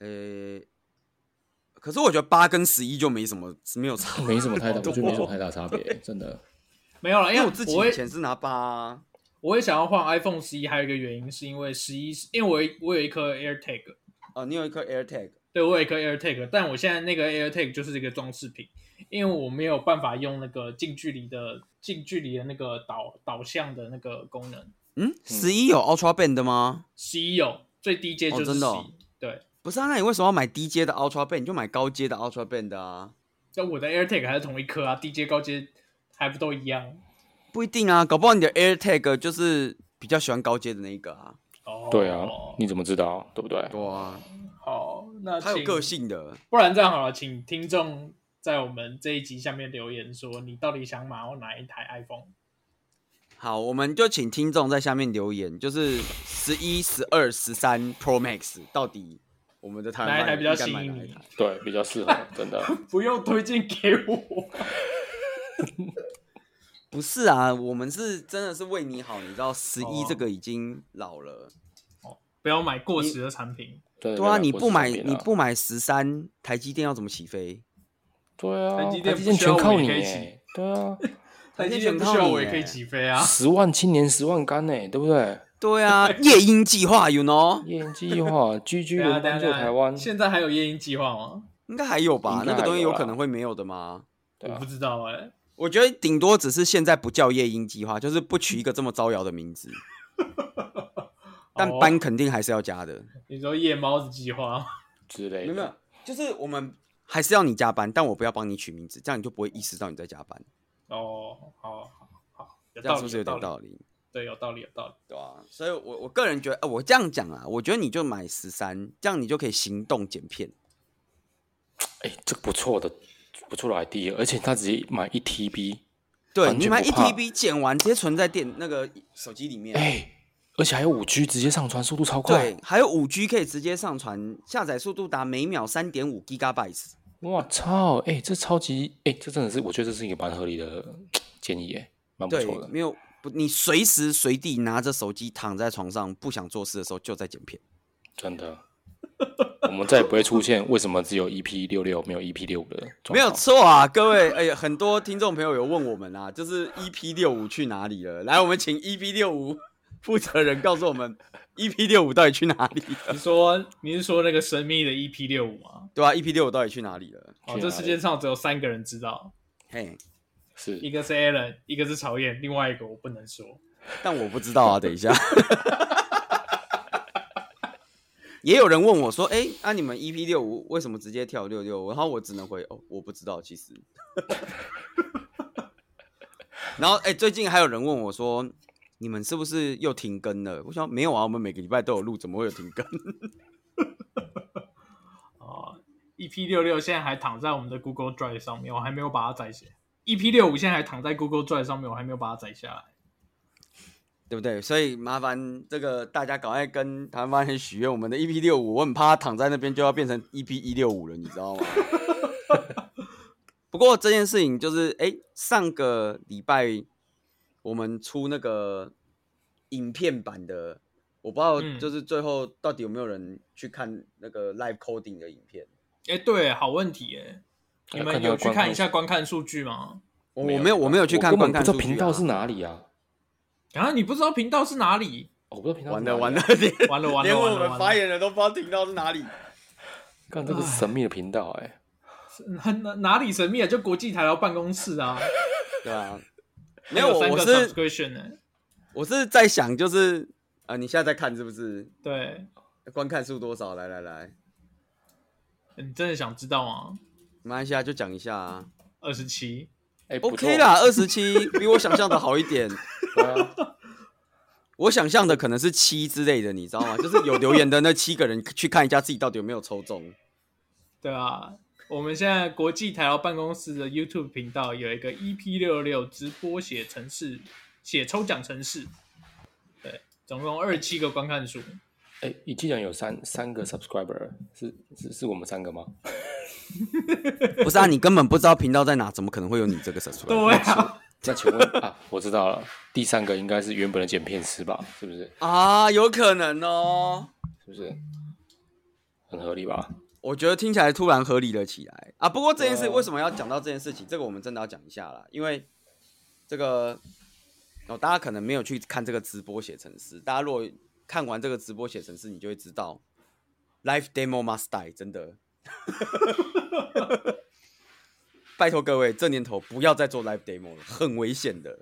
Speaker 2: 呃、可是我觉得八跟十一就没什么没有差，
Speaker 3: 没什 么太大，我觉得没什么太大差
Speaker 1: 哦
Speaker 3: 别，真的。
Speaker 1: 没有了，
Speaker 2: 因
Speaker 1: 因为
Speaker 2: 为哎我自己
Speaker 1: 我
Speaker 2: 以
Speaker 1: 会
Speaker 2: 前是拿八、啊，
Speaker 1: 我会想要换 iPhone 十一，还有一个原因是因为十一，因为我有我有一颗 AirTag，
Speaker 2: 哦，你有一颗 AirTag，
Speaker 1: 对我有一颗 AirTag，但我现在那个 AirTag 就是一个装饰品，因为我没有办法用那个近距离的近距离的那个导导向的那个功能。
Speaker 2: 嗯，十一有 Ultra Band 的吗？
Speaker 1: 十一有最低阶就是
Speaker 2: 哦
Speaker 1: 十一、
Speaker 2: 真的哦
Speaker 1: 对。
Speaker 2: 不是啊，那你为什么要买低阶的 Ultra Band？你就买高阶的 Ultra Band 啊？
Speaker 1: 那我的 AirTag 还是同一颗啊，低阶高阶还不都一样？
Speaker 2: 不一定啊，搞不好你的 AirTag 就是比较喜欢高阶的那一个啊。
Speaker 1: 哦，
Speaker 3: 对啊，你怎么知道？对不对？
Speaker 2: 对啊，
Speaker 1: 好，那
Speaker 2: 它有
Speaker 1: 请
Speaker 2: 个。性的。
Speaker 1: 不然这样好了，请听众在我们这一集下面留言说，你到底想买哪一台 iPhone？
Speaker 2: 好，我们就请听众在下面留言，就是十一、十二、十三 Pro Max 到底我们的台湾
Speaker 1: 哪一台比较
Speaker 2: 应该买
Speaker 1: 吸引
Speaker 2: 哪一
Speaker 1: 你
Speaker 2: 台
Speaker 3: 对，比 较适合，真的。
Speaker 1: 不用推荐给我。
Speaker 2: 不是啊，我们是真的是为你好，你知道十一
Speaker 1: 哦
Speaker 2: 这个已经老了。
Speaker 1: 不要买过时的产品。
Speaker 3: 对
Speaker 2: 对啊，你不买
Speaker 3: 我是这
Speaker 2: 你
Speaker 3: 边啊
Speaker 2: 不买十三，台积电要怎么起飞？
Speaker 3: 对啊，
Speaker 1: 台
Speaker 3: 台
Speaker 1: 积
Speaker 3: 积
Speaker 1: 电
Speaker 3: 电
Speaker 1: 不需要
Speaker 3: 全
Speaker 1: 我
Speaker 3: 靠
Speaker 1: 也
Speaker 3: 你
Speaker 1: 可以
Speaker 3: 哎，对啊，
Speaker 1: 台积电
Speaker 2: 积
Speaker 1: 不
Speaker 2: 电不
Speaker 1: 需
Speaker 2: 需
Speaker 1: 要
Speaker 2: 要
Speaker 1: 我
Speaker 2: 我
Speaker 1: 也
Speaker 2: 也
Speaker 1: 可
Speaker 2: 可
Speaker 1: 以
Speaker 2: 以
Speaker 1: 起
Speaker 2: 起
Speaker 1: 飞啊！
Speaker 3: 十万青年十万干哎，对不对？
Speaker 2: 对啊，夜鹰计划，you know，
Speaker 3: 夜鹰计划，GG
Speaker 1: 对啊，对
Speaker 3: 轮班
Speaker 1: 啊，
Speaker 3: 救台湾，
Speaker 1: 现在还有夜鹰计划吗？
Speaker 2: 应该还有吧？
Speaker 3: 应该
Speaker 2: 那个东西
Speaker 3: 还有
Speaker 2: 有
Speaker 3: 啦
Speaker 2: 可能会没有的吗？
Speaker 3: 对
Speaker 1: 我
Speaker 3: 啊
Speaker 1: 不，知道哎、
Speaker 2: 我觉得顶多只是现在不叫夜鹰计划，就是不取一个这么招摇的名字，但
Speaker 1: 哦
Speaker 2: 班肯定还是要加的。
Speaker 1: 你说夜猫子计划吗，
Speaker 3: 之类
Speaker 2: 没有没有
Speaker 3: 的，，
Speaker 2: 就是我们还是要你加班，但我不要帮你取名字，这样你就不会意识到你在加班，
Speaker 1: 哦，好好好，有
Speaker 2: 这样
Speaker 1: 道
Speaker 2: 是
Speaker 1: 理，
Speaker 2: 不是有点
Speaker 1: 道理，
Speaker 2: 道理？
Speaker 1: 对，有道理，有道理。
Speaker 2: 对啊，所以我我个人觉得，呃，我这样讲啊，我觉得你就买十三，这样你就可以行动剪片。
Speaker 3: 哎，这个不错的，不错的 idea，而且他直接买一 TB，
Speaker 2: 对
Speaker 3: 完
Speaker 2: 你
Speaker 3: 全
Speaker 2: 买
Speaker 3: 不
Speaker 2: 一
Speaker 3: 怕
Speaker 2: TB 剪完，直接存在电那个手机里面。
Speaker 3: 哎，而且还有五 G 直接上传，速度超快
Speaker 2: 对，，还有五 G 可以直接上传，下载速度达每秒三点五 gigabytes。
Speaker 3: 我操，哎，这超级，哎，这真的是，我觉得这是一个蛮合理的建议，哎，蛮不
Speaker 2: 对
Speaker 3: 错，的，
Speaker 2: 没有不，你随时随地拿着手机躺在床上不想做事的时候就在剪片。
Speaker 3: 真的。我们再也不会出现为什么只有 EP 六六没有 EP 六五的状况，
Speaker 2: 没有错啊，各位，哎、呀，很多听众朋友有问我们啊，就是 EP 六五去哪里了？来，我们请 EP 六五负责人告诉我们 EP 六五到底去哪里了，
Speaker 1: 你说你是说那个神秘的 EP 六五吗？
Speaker 2: 对啊 e p 六五到底去哪里了？
Speaker 1: 哦，
Speaker 3: 去
Speaker 1: 这
Speaker 3: 哪
Speaker 1: 世
Speaker 3: 里
Speaker 1: 界上只有三个人知道，
Speaker 2: 嘿，
Speaker 3: 是
Speaker 1: 一个是 Alan，一个是曹燕，另外一个我不能说。
Speaker 2: 但我不知道啊，等一下。也有人问我说：“哎、那、你们 EP 六五为什么直接跳六六？”然后我只能回：“哦，我不知道，其实。”然后哎、最近还有人问我说：“你们是不是又停更了？”我想没有啊，我们每个礼拜都有录，怎么会有停更？
Speaker 1: 哦，EP 六六现在还躺在我们的 Google Drive 上面，我还没有把它载下。EP 六五现在还躺在 Google Drive 上面，我还没有把它载下来。
Speaker 2: 对不对？所以麻烦这个大家赶快跟台湾发言许愿，我们的 EP 六五，我很怕他躺在那边就要变成 EP 一六五了，你知道吗？不过这件事情就是，哎，上个礼拜我们出那个影片版的，我不知道
Speaker 1: 嗯
Speaker 2: 就是最后到底有没有人去看那个 live coding 的影片，
Speaker 1: 哎，对，好问题哎，你
Speaker 3: 要
Speaker 1: 们
Speaker 3: 看它
Speaker 1: 有去
Speaker 3: 观
Speaker 1: 看
Speaker 3: 看
Speaker 1: 一下观看数据吗？
Speaker 2: 我我没有我没有去看
Speaker 3: 我根
Speaker 2: 观
Speaker 3: 本
Speaker 2: 看数
Speaker 3: 不知道
Speaker 2: 据啊
Speaker 3: 频道是哪里啊！
Speaker 1: 啊，你不知道频道是哪里？
Speaker 3: 哦我不知道频道
Speaker 2: 完
Speaker 3: 是
Speaker 2: 了
Speaker 3: 哪里
Speaker 2: 完了，
Speaker 3: 啊
Speaker 1: 完
Speaker 2: 连
Speaker 1: 了完
Speaker 2: 连
Speaker 1: 了完
Speaker 2: 我
Speaker 1: 了
Speaker 2: 们
Speaker 1: 完
Speaker 2: 发
Speaker 1: 了！
Speaker 2: 言人都不知道频道是哪里。
Speaker 3: 干这个是神秘的频道哎、
Speaker 1: 哪哪哪里神秘啊？就国际台劳办公室啊，
Speaker 2: 对啊，
Speaker 1: 没
Speaker 2: 没有，
Speaker 1: 三
Speaker 2: 我
Speaker 1: 个
Speaker 2: 是
Speaker 1: subscription 呢。
Speaker 2: 我是在想，就是啊、呃你现在在看是不是？
Speaker 1: 对，
Speaker 2: 观看数多少？来来来，
Speaker 1: 你真的想知道吗？
Speaker 2: 马来西亚就讲一下啊。
Speaker 1: 二十七，
Speaker 3: 哎、不错
Speaker 2: OK 啦，二十七 比我想象的好一点。
Speaker 3: 对啊，
Speaker 2: 我想象的可能是七之类的，你知道吗？就是有留言的那七个人去看一下自己到底有没有抽中。
Speaker 1: 对啊，我们现在国际台劳办公室的 YouTube 频道有一个 EP 六六直播写城市，写抽奖城市，对，总共二十七个观看数，
Speaker 3: 哎、你既然有三三个 subscriber，是是是我们三个吗？
Speaker 2: 不是啊，你根本不知道频道在哪，怎么可能会有你这个 subscribe？
Speaker 1: 对啊，
Speaker 3: 那请问啊，我知道了，第三个应该是原本的剪片师吧？是不是？
Speaker 2: 啊，有可能哦。
Speaker 3: 是不是？很合理吧？
Speaker 2: 我觉得听起来突然合理了起来啊！不过这件事
Speaker 3: 对啊
Speaker 2: 为什么要讲到这件事情？这个我们真的要讲一下啦，因为这个哦，大家可能没有去看这个直播写程式，大家如果看完这个直播写程式，你就会知道，Life Demo Must Die，真的， 拜托各位，这年头不要再做 Live Demo 了，很危险的。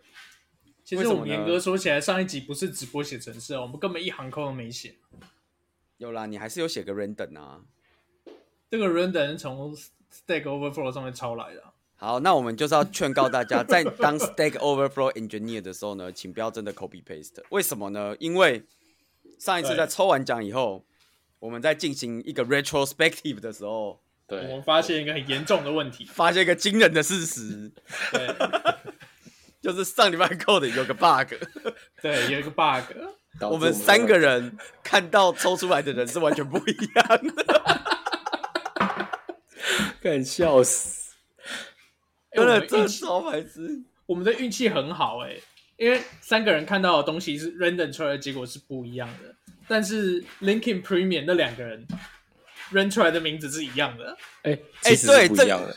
Speaker 1: 其
Speaker 2: 为
Speaker 1: 实
Speaker 2: 什
Speaker 1: 我
Speaker 2: 么
Speaker 1: 们
Speaker 2: 呢
Speaker 1: 严格说起来，上一集不是直播写城市啊，我们根本一行空都没写。
Speaker 2: 有啦，你还是有写个 random 啊。
Speaker 1: 这个 render 是从 Stack Overflow 上面抄来的啊、
Speaker 2: 好，那我们就是要劝告大家，在当 Stack Overflow Engineer 的时候呢，请不要真的 copy paste。为什么呢？因为上一次
Speaker 1: 对
Speaker 2: 在抽完奖以后，我们在进行一个 retrospective 的时候，
Speaker 1: 我
Speaker 3: 对
Speaker 1: 们，发现一个很严重的问题，
Speaker 2: 发现一个惊人的事实，
Speaker 1: 对
Speaker 2: 就是上礼拜 code 有个 bug，
Speaker 1: 对，有一个 bug，
Speaker 3: 导致
Speaker 2: 我们三个
Speaker 3: 人
Speaker 2: 人看到抽出来的人是完全不一样的，
Speaker 3: 干笑死。
Speaker 1: 哎我
Speaker 2: 真的
Speaker 1: 们
Speaker 2: 真
Speaker 1: 一
Speaker 2: 的
Speaker 1: 起
Speaker 2: 超白痴。
Speaker 1: 我们的运气很好哎、因为三个人看到的东西是 random 出来的结果是不一样的，但是 Linkin Premium 那两个人 r a n 出来的名字是一样的，
Speaker 3: 哎、
Speaker 2: 哎
Speaker 3: 其实是
Speaker 2: 对
Speaker 3: 不
Speaker 2: 这
Speaker 3: 一样的，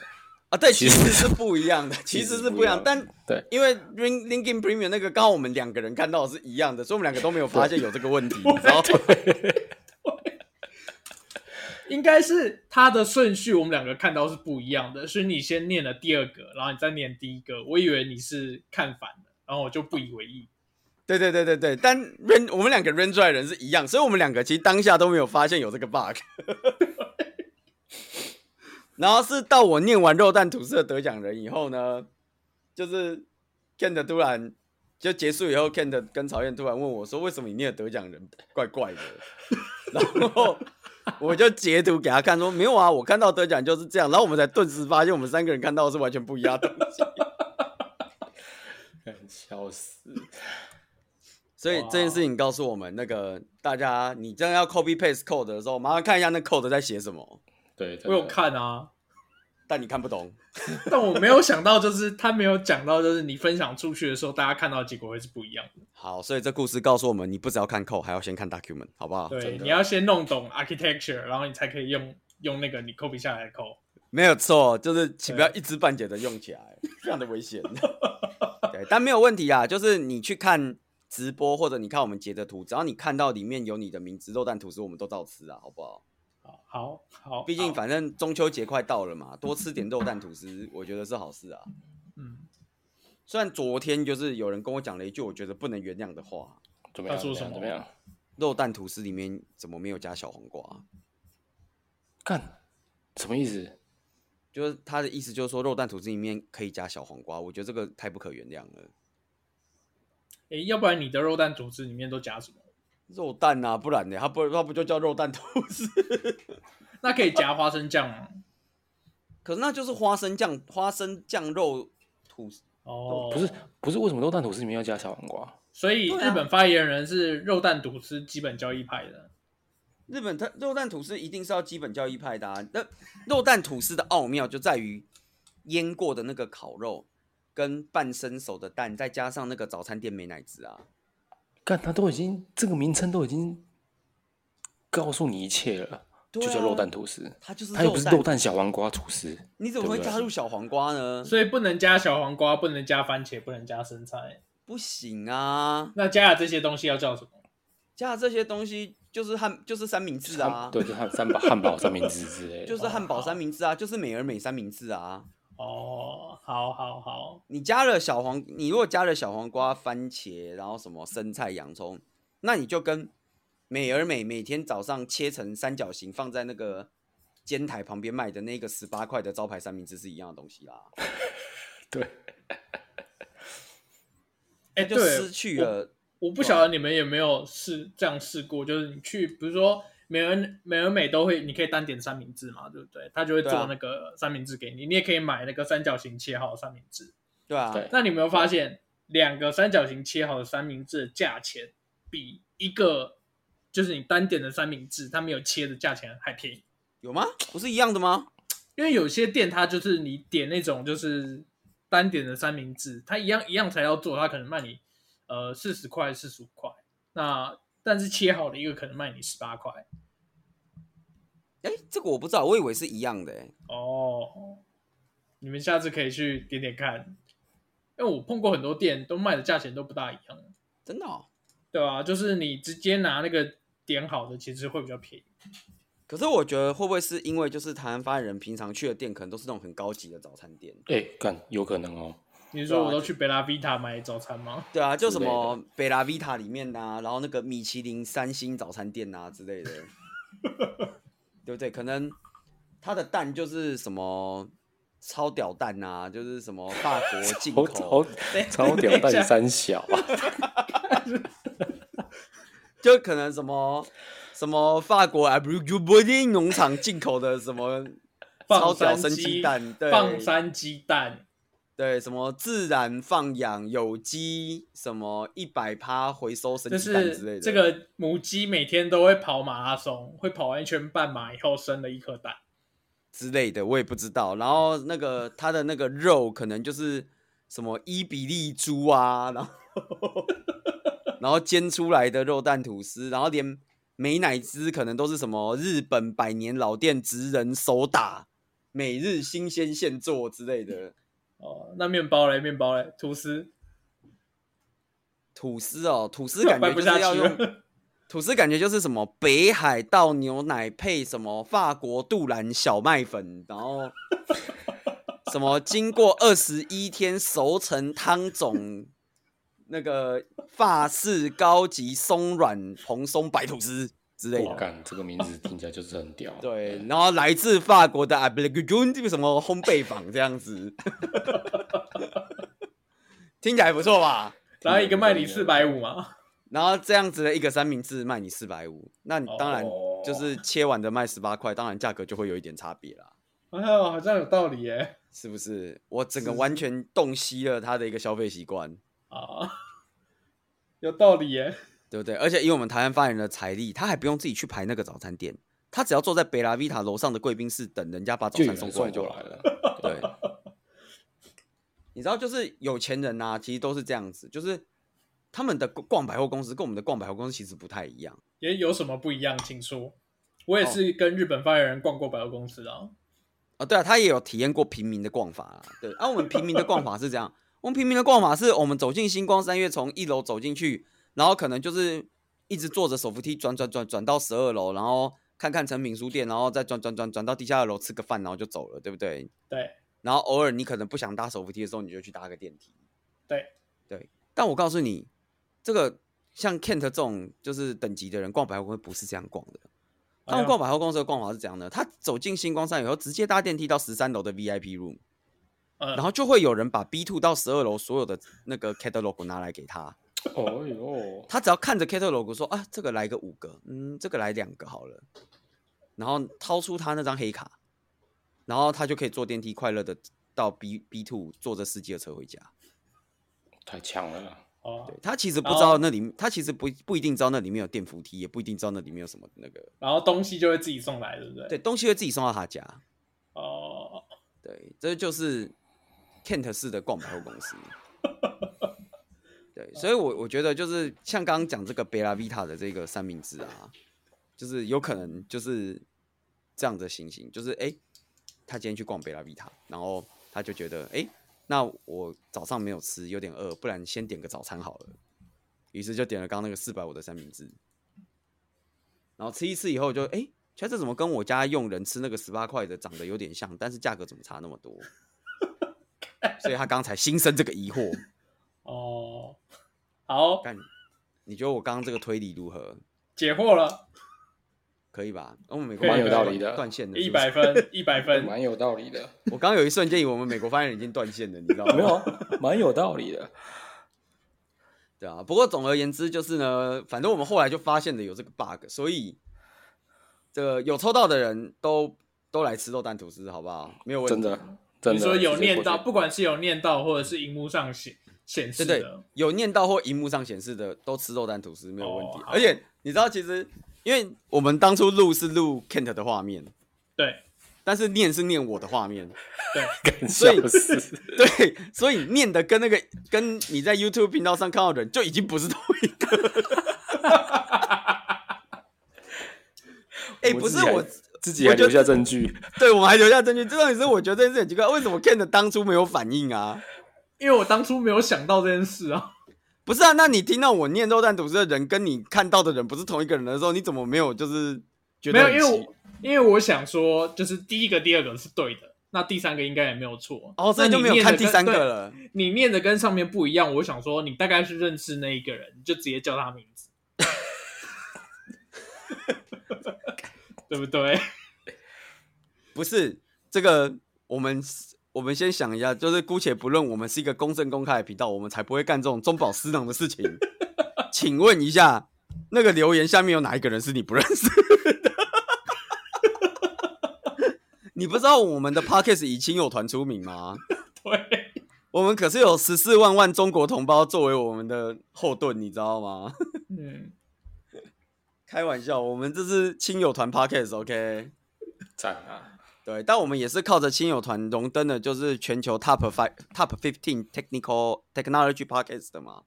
Speaker 2: 啊，对，
Speaker 3: 其
Speaker 2: 其
Speaker 3: 实
Speaker 2: 实是不一样的，其
Speaker 3: 其实
Speaker 2: 实
Speaker 3: 是
Speaker 2: 是
Speaker 3: 不
Speaker 2: 不
Speaker 3: 一
Speaker 2: 一样，
Speaker 3: 样的
Speaker 2: 但
Speaker 3: 对
Speaker 2: 因为 Ring Linkin Premium 那个刚好我们两个人看到的是一样的，所以我们两个都没有发现有这个问题，你知道吗？
Speaker 1: 应该是它的顺序我们两个看到是不一样的，所以你先念了第二个，然后你再念第一个，我以为你是看反了，然后我就不以为意。
Speaker 2: 对对对对对，但 Ring 我们两个 Ring 出来的人是一样，所以我们两个其实当下都没有发现有这个 bug。然后是到我念完肉蛋吐司的得奖人以后呢，就是 Kent 突然就结束以后，Kent 跟曹燕突然问我说：“为什么你念的得奖人怪怪的？”然后我就截图给他看说：“没有啊，我看到得奖就是这样。”然后我们才顿时发现，我们三个人看到的是完全不一样的东西。
Speaker 3: 笑死！
Speaker 2: 所以这件事情告诉我们，那个大家，你真的要 copy paste code 的时候，麻烦看一下那 code 在写什么，
Speaker 3: 对，真
Speaker 1: 我有
Speaker 3: 的，
Speaker 1: 看啊，
Speaker 2: 但你看不懂。
Speaker 1: 但我没有想到，就是他没有讲到，就是你分享出去的时候，大家看到的结果会是不一样 的。
Speaker 2: 好，所以这故事告诉我们，你不只要看 code，还要先看 document，好不好？
Speaker 1: 对，
Speaker 3: 真的
Speaker 1: 你要先弄懂 architecture，然后你才可以用用那个你 copy 下来的 code。
Speaker 2: 没有错，就是请不要
Speaker 1: 对
Speaker 2: 一知半解的用起来，非常的 危险。对，但没有问题啊，就是你去看直播或者你看我们截的图，只要你看到里面有你的名字肉蛋吐司，我们都照吃啊，好不好？
Speaker 1: 好，好，好，
Speaker 2: 毕竟
Speaker 1: 好
Speaker 2: 反正中秋节快到了嘛，多吃点肉蛋吐司，我觉得是好事啊。
Speaker 1: 嗯，
Speaker 2: 虽然昨天就是有人跟我讲了一句我觉得不能原谅的话，
Speaker 3: 怎么样？
Speaker 1: 他
Speaker 3: 怎
Speaker 1: 说什
Speaker 3: 么样？
Speaker 1: 么
Speaker 3: 怎么样？
Speaker 2: 肉蛋吐司里面怎么没有加小黄瓜啊？
Speaker 3: 干，什么意思？
Speaker 2: 就是他的意思就是说肉蛋吐司里面可以加小黄瓜，我觉得这个太不可原谅了。
Speaker 1: 诶，要不然你的肉蛋组织里面都夹什么？
Speaker 2: 肉蛋啊，不然呢？他不他不就叫肉蛋吐司？
Speaker 1: 那可以夹花生酱吗？
Speaker 2: 可是那就是花生酱花生酱肉吐司。
Speaker 1: 哦，
Speaker 3: 不是，不是，为什么肉蛋吐司里面要加小黄瓜？
Speaker 1: 所以
Speaker 2: 对啊
Speaker 1: 日本发言人是肉蛋吐司基本交易派的。
Speaker 2: 日本它肉蛋吐司一定是要基本教义派的、啊。那肉蛋吐司的奥妙就在于腌过的那个烤肉，跟半生熟的蛋，再加上那个早餐店美乃滋啊。
Speaker 3: 干，他都已经这个名称都已经告诉你一切了，就
Speaker 2: 对
Speaker 3: 叫
Speaker 2: 啊
Speaker 3: 肉蛋吐司。
Speaker 2: 它就是
Speaker 3: 它又不是
Speaker 2: 肉蛋
Speaker 3: 肉蛋小黄瓜吐司，
Speaker 2: 你怎么会
Speaker 3: 对不对
Speaker 2: 加入小黄瓜呢？
Speaker 1: 所以不能加小黄瓜，不能加番茄，不能加生菜。
Speaker 2: 不行啊，
Speaker 1: 那加了这些东西要叫什么？
Speaker 2: 加了这些东西就是汉就是三明治啊，
Speaker 3: 对，哦就汉汉堡、汉堡三明治之类的，
Speaker 2: 就是汉堡三明治啊，就是美而美三明治啊。
Speaker 1: 哦，好好好，
Speaker 2: 你加了小黄，你如果加了小黄瓜、番茄，然后什么生菜、洋葱，那你就跟美而美每天早上切成三角形放在那个煎台旁边卖的那个十八块的招牌三明治是一样的东西啦，
Speaker 3: 对，
Speaker 1: 哎、
Speaker 2: 就
Speaker 1: 对
Speaker 2: 失去了。
Speaker 1: 我不晓得你们有没有试这样试过，就是你去，比如说美人美人美都会，你可以单点三明治嘛，对不对？他就会做
Speaker 2: 对啊
Speaker 1: 那个三明治给你，你也可以买那个三角形切好的三明治。
Speaker 2: 对啊，
Speaker 3: 对
Speaker 1: 那你有没有发现，两个三角形切好的三明治的价钱比一个就是你单点的三明治，它没有切的价钱还便宜？
Speaker 2: 有吗？不是一样的吗？
Speaker 1: 因为有些店它就是你点那种就是单点的三明治，它一样一样材料做，它可能卖你呃四十块、四十五块，那但是切好的一个可能卖你十八块。
Speaker 2: 哎，这个我不知道，我以为是一样的、欸。
Speaker 1: 哦，你们下次可以去点点看，因为我碰过很多店都卖的价钱都不大一样，
Speaker 2: 真的、哦？
Speaker 1: 对吧、就是你直接拿那个点好的，其实会比较便宜。
Speaker 2: 可是我觉得会不会是因为就是台湾发言人平常去的店可能都是那种很高级的早餐店？
Speaker 3: 哎、干有可能哦，
Speaker 1: 你说
Speaker 2: 对啊
Speaker 1: 我都去贝拉维塔买早餐 吗？
Speaker 2: 对啊，就什
Speaker 3: 之类的
Speaker 2: 么贝拉维塔里面呐、然后那个米其林三星早餐店呐、啊之 类的，对不对？可能它的蛋就是什么超屌蛋呐、就是什么法国进
Speaker 3: 超
Speaker 2: 口
Speaker 3: 超，超 屌蛋三小啊，
Speaker 2: 就可能什么什么法国啊，不不不一定农场进口的什么超
Speaker 1: 放
Speaker 2: 屌
Speaker 1: 三
Speaker 2: 生鸡蛋，对，
Speaker 1: 放三鸡蛋，
Speaker 2: 对什么自然放养有机，什么一百趴回收生
Speaker 1: 就
Speaker 2: 鸡蛋之类
Speaker 1: 是
Speaker 2: 的，
Speaker 1: 这个母鸡每天都会跑马拉松，会跑完一圈半马以后生了一颗蛋。
Speaker 2: 之类的，我也不知道。然后那个它的那个肉可能就是什么伊比利猪啊，然后然后煎出来的肉蛋吐司，然后连美乃滋可能都是什么日本百年老店职人手打，每日新鲜现做之类的。
Speaker 1: 哦，那面包嘞，面包嘞，吐司
Speaker 2: 吐司哦，吐司 感
Speaker 1: 掰不
Speaker 2: 觉就是
Speaker 1: 下
Speaker 2: 要
Speaker 1: 去
Speaker 2: 用
Speaker 1: 了。
Speaker 2: 吐司感觉就是什么北海道牛奶配什么法国杜兰小麦粉，然后什么经过二十一天熟成汤种，那个法式高级松软蓬松白吐司之类
Speaker 3: 我
Speaker 2: 的。
Speaker 3: 干，这个名字听起来就是很 屌。啊
Speaker 2: 对，然后来自法国的 a b l i g u n 这个什么烘焙坊这样子， 听起来不错吧？
Speaker 1: 然后一个卖 你四百五嘛，
Speaker 2: 然后这样子的一个三明治卖你四百五，那你嗯当然
Speaker 1: 哦
Speaker 2: 就是切完的卖十八块，当然价格就会有一点差别啦，
Speaker 1: 哎呦，好像有道理耶。
Speaker 2: 是不是？我整个
Speaker 1: 是
Speaker 2: 完全洞悉了他的一个消费习惯，
Speaker 1: 啊， 有道理耶。
Speaker 2: 对不对？而且以我们台湾发言人的财力，他还不用自己去排那个早餐店，他只要坐在贝拉维塔楼上的贵宾室等人家把早
Speaker 3: 就有
Speaker 2: 餐送
Speaker 3: 人
Speaker 2: 过
Speaker 3: 送
Speaker 2: 来就
Speaker 3: 过
Speaker 2: 好
Speaker 3: 来
Speaker 2: 了。
Speaker 3: 了。
Speaker 2: 对，你知道，就是有钱人呐、其实都是这样子，就是他们的逛百货公司跟我们的逛百货公司其实不太一样。
Speaker 1: 也有什么不一样，请
Speaker 2: 哦
Speaker 1: 说。我也是跟日本发言人逛过百货公司啊，
Speaker 2: 啊，对啊，他也有体验过平民的逛法啊。 对，啊，我们平民的逛法是这样，我们平民的逛法是我们走进星光三月，从一楼走进去，然后可能就是一直坐着手扶梯转转转转到十二楼，然后看看成品书店，然后再转转转转到地下二楼吃个饭，然后就走了，对不对？
Speaker 1: 对
Speaker 2: 然后偶尔你可能不想搭手扶梯的时候，你就去搭个电梯。
Speaker 1: 对，
Speaker 2: 对，但我告诉你，这个像 Kent 这种就是等级的人逛百货公司不是这样逛的。他
Speaker 1: 哎
Speaker 2: 们
Speaker 1: 呦
Speaker 2: 逛百货公司的逛法是怎样呢？他走进星光山以后，直接搭电梯到十三楼的 VIP room，
Speaker 1: 嗯
Speaker 2: 然后就会有人把 B two 到十二楼所有的那个 catalog 拿来给他，
Speaker 3: 哦哟，
Speaker 2: 他只要看着 catalog 说啊，这个来个五个，嗯，这个来两个好了，然后掏出他那张黑卡，然后他就可以坐电梯快乐的到 B B two 坐着司机的车回家。
Speaker 3: 太强了啦！
Speaker 1: 哦
Speaker 2: 对，他其实不
Speaker 1: 然
Speaker 2: 知
Speaker 1: 后
Speaker 2: 道那里，他其实不不一定知道那里面有电扶梯，也不一定知道那里面有什么那个，
Speaker 1: 然后东西就会自己送来，对不对？
Speaker 2: 对，东西会自己送到他家。
Speaker 1: 哦，
Speaker 2: 对，这就是 Kent 式的逛百货公司。对，所以我，我觉得就是像刚刚讲这个贝拉维塔的这个三明治啊，就是有可能就是这样的情形，就是哎、诶他今天去逛贝拉维塔，然后他就觉得哎、诶那我早上没有吃，有点饿，不然先点个早餐好了。于是就点了刚刚那个四百五的三明治，然后吃一次以后就哎，其实这怎么跟我家用人吃那个十八块的长得有点像，但是价格怎么差那么多？所以他刚才心生这个疑惑。
Speaker 1: 哦，好，
Speaker 2: 干，你觉得我刚刚这个推理如何？
Speaker 1: 解惑了，
Speaker 2: 可以吧？哦、我们美
Speaker 1: 可
Speaker 2: 国
Speaker 1: 以
Speaker 2: 发言人
Speaker 1: 有道
Speaker 2: 断
Speaker 3: 理的
Speaker 2: 断线了
Speaker 1: 一
Speaker 2: 是不是
Speaker 1: 百分，一百分，
Speaker 3: 蛮有道理的，
Speaker 2: 我刚刚有一瞬间以为我们美国发言人已经断线了，你知道吗？
Speaker 3: 没有，啊，蛮有道理的。
Speaker 2: 对啊，不过总而言之就是呢，反正我们后来就发现了有这个 bug，所以这个有抽到的人都都来吃肉蛋吐司，好不好？没有问题。
Speaker 3: 真的， 真的。
Speaker 1: 你说有念到，
Speaker 3: 直接过去
Speaker 1: 不管是有念到或者是荧幕上显显示
Speaker 2: 对对
Speaker 1: 的，，
Speaker 2: 有念到或荧幕上显示的都吃肉蛋吐司没有问题。
Speaker 1: 哦好
Speaker 2: 而且你知道，其实因为我们当初录是录 Kent 的画面，
Speaker 1: 对
Speaker 2: 但是念是念我的画面，
Speaker 3: 干
Speaker 2: 所以
Speaker 3: 笑 死
Speaker 2: 对，所以念的跟那个跟你在 YouTube 频道上看到的人就已经不是同一个 了。 哎、不是我，
Speaker 3: 自己还
Speaker 2: 我觉得
Speaker 3: 留下证据，
Speaker 2: 对我们还留下证据。这到底是我觉得这件事很奇怪，为什么 Kent 当初没有反应啊？
Speaker 1: 因为我当初没有想到这件事啊，
Speaker 2: 不是啊，那你听到我念肉蛋吐司的人跟你看到的人不是同一个人的时候，你怎么没有就是 觉
Speaker 1: 没
Speaker 2: 得
Speaker 1: 有，
Speaker 2: 很
Speaker 1: 因为
Speaker 2: 奇
Speaker 1: 我因为我想说，就是第一个、第二个是对的，那第三个应该也没有错，
Speaker 2: 哦，所以
Speaker 1: 那
Speaker 2: 就
Speaker 1: 你
Speaker 2: 没有
Speaker 1: 念
Speaker 2: 看
Speaker 1: 的
Speaker 2: 第
Speaker 1: 跟
Speaker 2: 三
Speaker 1: 对
Speaker 2: 个了。
Speaker 1: 你念的跟上面不一样，我想说你大概是认识那一个人，你就直接叫他名字，对不对？
Speaker 2: 不是这个，我们我们先想一下，就是姑且不论我们是一个公正公开的频道，我们才不会干这种中饱私囊的 事情。请问一下，那个留言下面有哪一个人是你不认识的？ 你不知道我们的 podcast 以亲友团出名吗？
Speaker 1: 对，
Speaker 2: 我们可是有十四万万中国同胞作为我们的后盾，你知道吗？
Speaker 1: 嗯，
Speaker 2: 开玩笑，我们这是亲友团 podcast，OK？、
Speaker 3: 赞啊！
Speaker 2: 对，但我们也是靠着亲友团荣登的，就是全球 top five、top fifteen technical technology podcast 的嘛。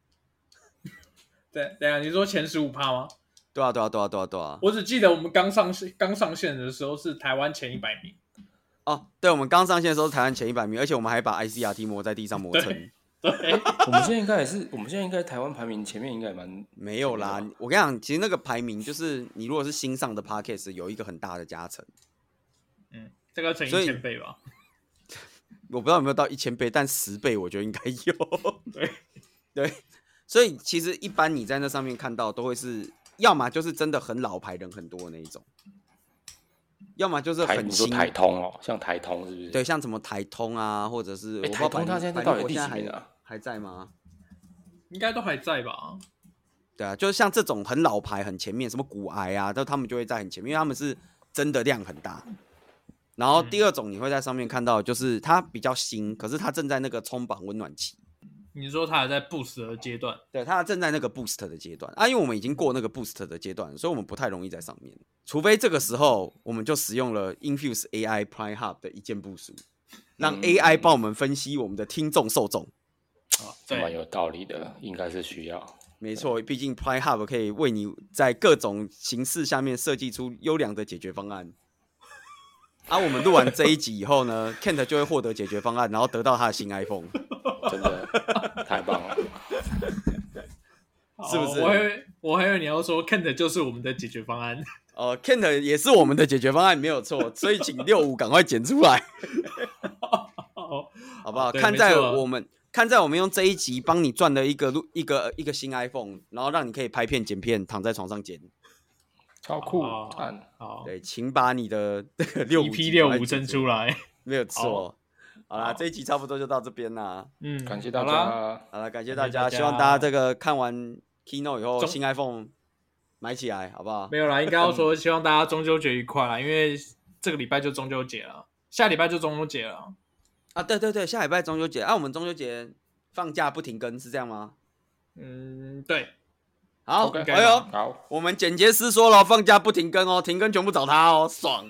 Speaker 1: 对，等一下你说前十五趴吗？
Speaker 2: 对啊，对啊，对啊，对啊，对啊。
Speaker 1: 我只记得我们刚上线刚上线的时候是台湾前一百名，
Speaker 2: 哦，对，我们刚上线的时候是台湾前一百名，而且我们还把 ICRT 磨在地上磨蹭
Speaker 1: 对。对，
Speaker 3: 我们现在应该也是，我们现在应该台湾排名前面应该也蛮
Speaker 2: 没有啦，我跟你讲，其实那个排名就是你如果是新上的 podcast 有一个很大的加成，
Speaker 1: 嗯，大概乘一
Speaker 2: 所以
Speaker 1: 千倍吧。
Speaker 2: 我不知道有没有到一千倍，但十倍我觉得应该有。
Speaker 1: 对，
Speaker 2: 对，所以其实一般你在那上面看到都会是，要么就是真的很老牌人很多的那一种，要么就是
Speaker 3: 台，你
Speaker 2: 很
Speaker 3: 说
Speaker 2: 新。
Speaker 3: 台通哦，像台通是不是？
Speaker 2: 对，，像什么台通啊，或者是、我
Speaker 3: 诶
Speaker 2: 不知
Speaker 3: 哎台
Speaker 2: 道
Speaker 3: 通
Speaker 2: 百
Speaker 3: 它
Speaker 2: 灵
Speaker 3: 现在
Speaker 2: 百
Speaker 3: 到
Speaker 2: 灵
Speaker 3: 底
Speaker 2: 果
Speaker 3: 第
Speaker 2: 现在
Speaker 3: 几
Speaker 2: 还
Speaker 3: 名啊
Speaker 2: 还在吗？
Speaker 1: 应该都还在吧？
Speaker 2: 对啊，就是像这种很老牌、很前面，什么骨癌啊，都他们就会在很前面，因为他们是真的量很大。然
Speaker 3: 嗯
Speaker 2: 后第二种你会在上面看到，就是它比较新，可是它正在那个冲榜温暖期，
Speaker 1: 你说它还在 boost 的阶段，
Speaker 2: 对，它正在那个 boost 的阶段啊，因为我们已经过那个 boost 的阶段了，所以我们不太容易在上面，除非这个时候我们就使用了 Infuse AI Prime Hub 的一键部署，让
Speaker 3: 嗯
Speaker 2: AI 帮我们分析我们的听众受众。
Speaker 1: 啊，
Speaker 3: 蛮
Speaker 1: 对，
Speaker 3: 有道理的，应该是需要。
Speaker 2: 没错，毕竟 Prime Hub 可以为你在各种形式下面设计出优良的解决方案。啊，我们录完这一集以后呢，Kent 就会获得解决方案，然后得到他的新 iPhone。
Speaker 3: 真的 太棒了！
Speaker 2: 是不是
Speaker 1: 哦我还以为我还以为你要说 Kent 就是我们的解决方案，
Speaker 2: 哦、k e n t 也是我们的解决方案，没有错。所以请六五赶快剪出来，
Speaker 1: 哦，
Speaker 2: 好不好？
Speaker 1: 对
Speaker 2: 看在
Speaker 1: 没错
Speaker 2: 我们看在我们用这一集帮你赚了一个录一个一个新 iPhone，然后让你可以拍片剪片，躺在床上剪。
Speaker 3: 超酷
Speaker 1: 哦，
Speaker 3: 赞！
Speaker 1: 好
Speaker 2: 对，请把你的这个六五
Speaker 1: ，EP 六五
Speaker 2: 剪
Speaker 1: 生出来，
Speaker 2: 没有错。好啦，
Speaker 1: 好
Speaker 2: 这一集差不多就到这边啦。
Speaker 1: 嗯，
Speaker 3: 感谢大
Speaker 1: 好啦，
Speaker 3: 家，
Speaker 2: 好了，感谢大
Speaker 1: 感谢
Speaker 2: 家，
Speaker 1: 大
Speaker 2: 希望大
Speaker 1: 家
Speaker 2: 家这个看完 Keynote 以后，
Speaker 1: 中
Speaker 2: 新 iPhone 买起来，好不好
Speaker 1: 没？有啦，应
Speaker 2: 嗯
Speaker 1: 该要说希望大家中秋节愉快啦，因为这个礼拜就中秋节了，下礼拜就中秋节了，
Speaker 2: 啊，对对对，下礼拜中秋节啊，我们中秋节放假不停更，是这样吗？
Speaker 1: 嗯，对，
Speaker 2: 啊好
Speaker 3: OK
Speaker 2: 哎呦，
Speaker 3: 好，
Speaker 2: 我们简洁师说了，放假不停更哦，停更全部找他哦，爽。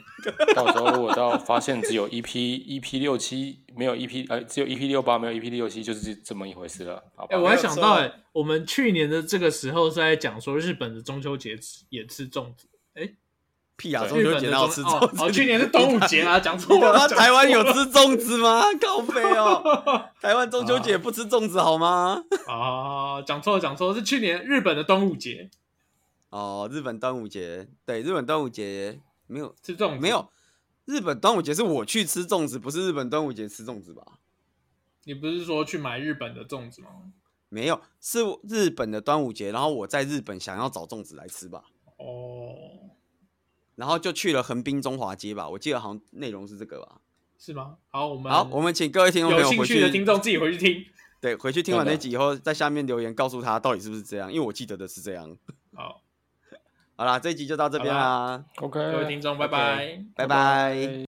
Speaker 3: 到时候如果到发现只有 EP EP 六七，没有 EP 呃，只有 EP 六八，没有 EP 六七，就是这么一回事了，好吧
Speaker 1: 哎、？我还
Speaker 2: 没有
Speaker 1: 想到、
Speaker 2: 错
Speaker 1: 哎，我们去年的这个时候是在讲说日本的中秋节吃也吃粽子，
Speaker 2: 屁啊，
Speaker 3: 对
Speaker 2: 中
Speaker 1: 日
Speaker 2: 秋
Speaker 1: 本
Speaker 2: 节
Speaker 1: 的
Speaker 2: 哪有吃
Speaker 1: 哦
Speaker 2: 粽
Speaker 1: 哦，
Speaker 2: 子？
Speaker 1: 去年是端午节啦，讲 错
Speaker 2: 你他妈
Speaker 1: 了。
Speaker 2: 台湾有吃粽子吗？靠背哦，台湾中秋节不吃粽子好吗？
Speaker 1: 啊，讲错了，讲错了，是去年日本的端午节
Speaker 2: 哦，日本端午节，对，日本端午节没有
Speaker 1: 吃粽子，
Speaker 2: 没有，日本端午节是我去吃粽子，不是日本端午节吃粽子吧？
Speaker 1: 你不是说去买日本的粽子吗？
Speaker 2: 没有，是日本的端午节，然后我在日本想要找粽子来吃吧，
Speaker 1: 哦，
Speaker 2: 然后就去了横滨中华街吧，我记得好像内容是这个吧。
Speaker 1: 是吗？好，我们
Speaker 2: 好，我们请各位听众朋
Speaker 1: 有
Speaker 2: 友
Speaker 1: 兴
Speaker 2: 回
Speaker 1: 趣的听
Speaker 2: 去，
Speaker 1: 众自己回去听。
Speaker 2: 对，回去听完
Speaker 3: 真
Speaker 2: 那
Speaker 3: 的
Speaker 2: 集以后，在下面留言告诉他到底是不是这样，因为我记得的是这样。
Speaker 1: 好，
Speaker 2: 好啦，这一集就到这边
Speaker 1: 好
Speaker 2: 啦，
Speaker 1: 各位
Speaker 2: 呃
Speaker 3: ，OK，
Speaker 1: 听众，拜拜。
Speaker 2: 拜拜。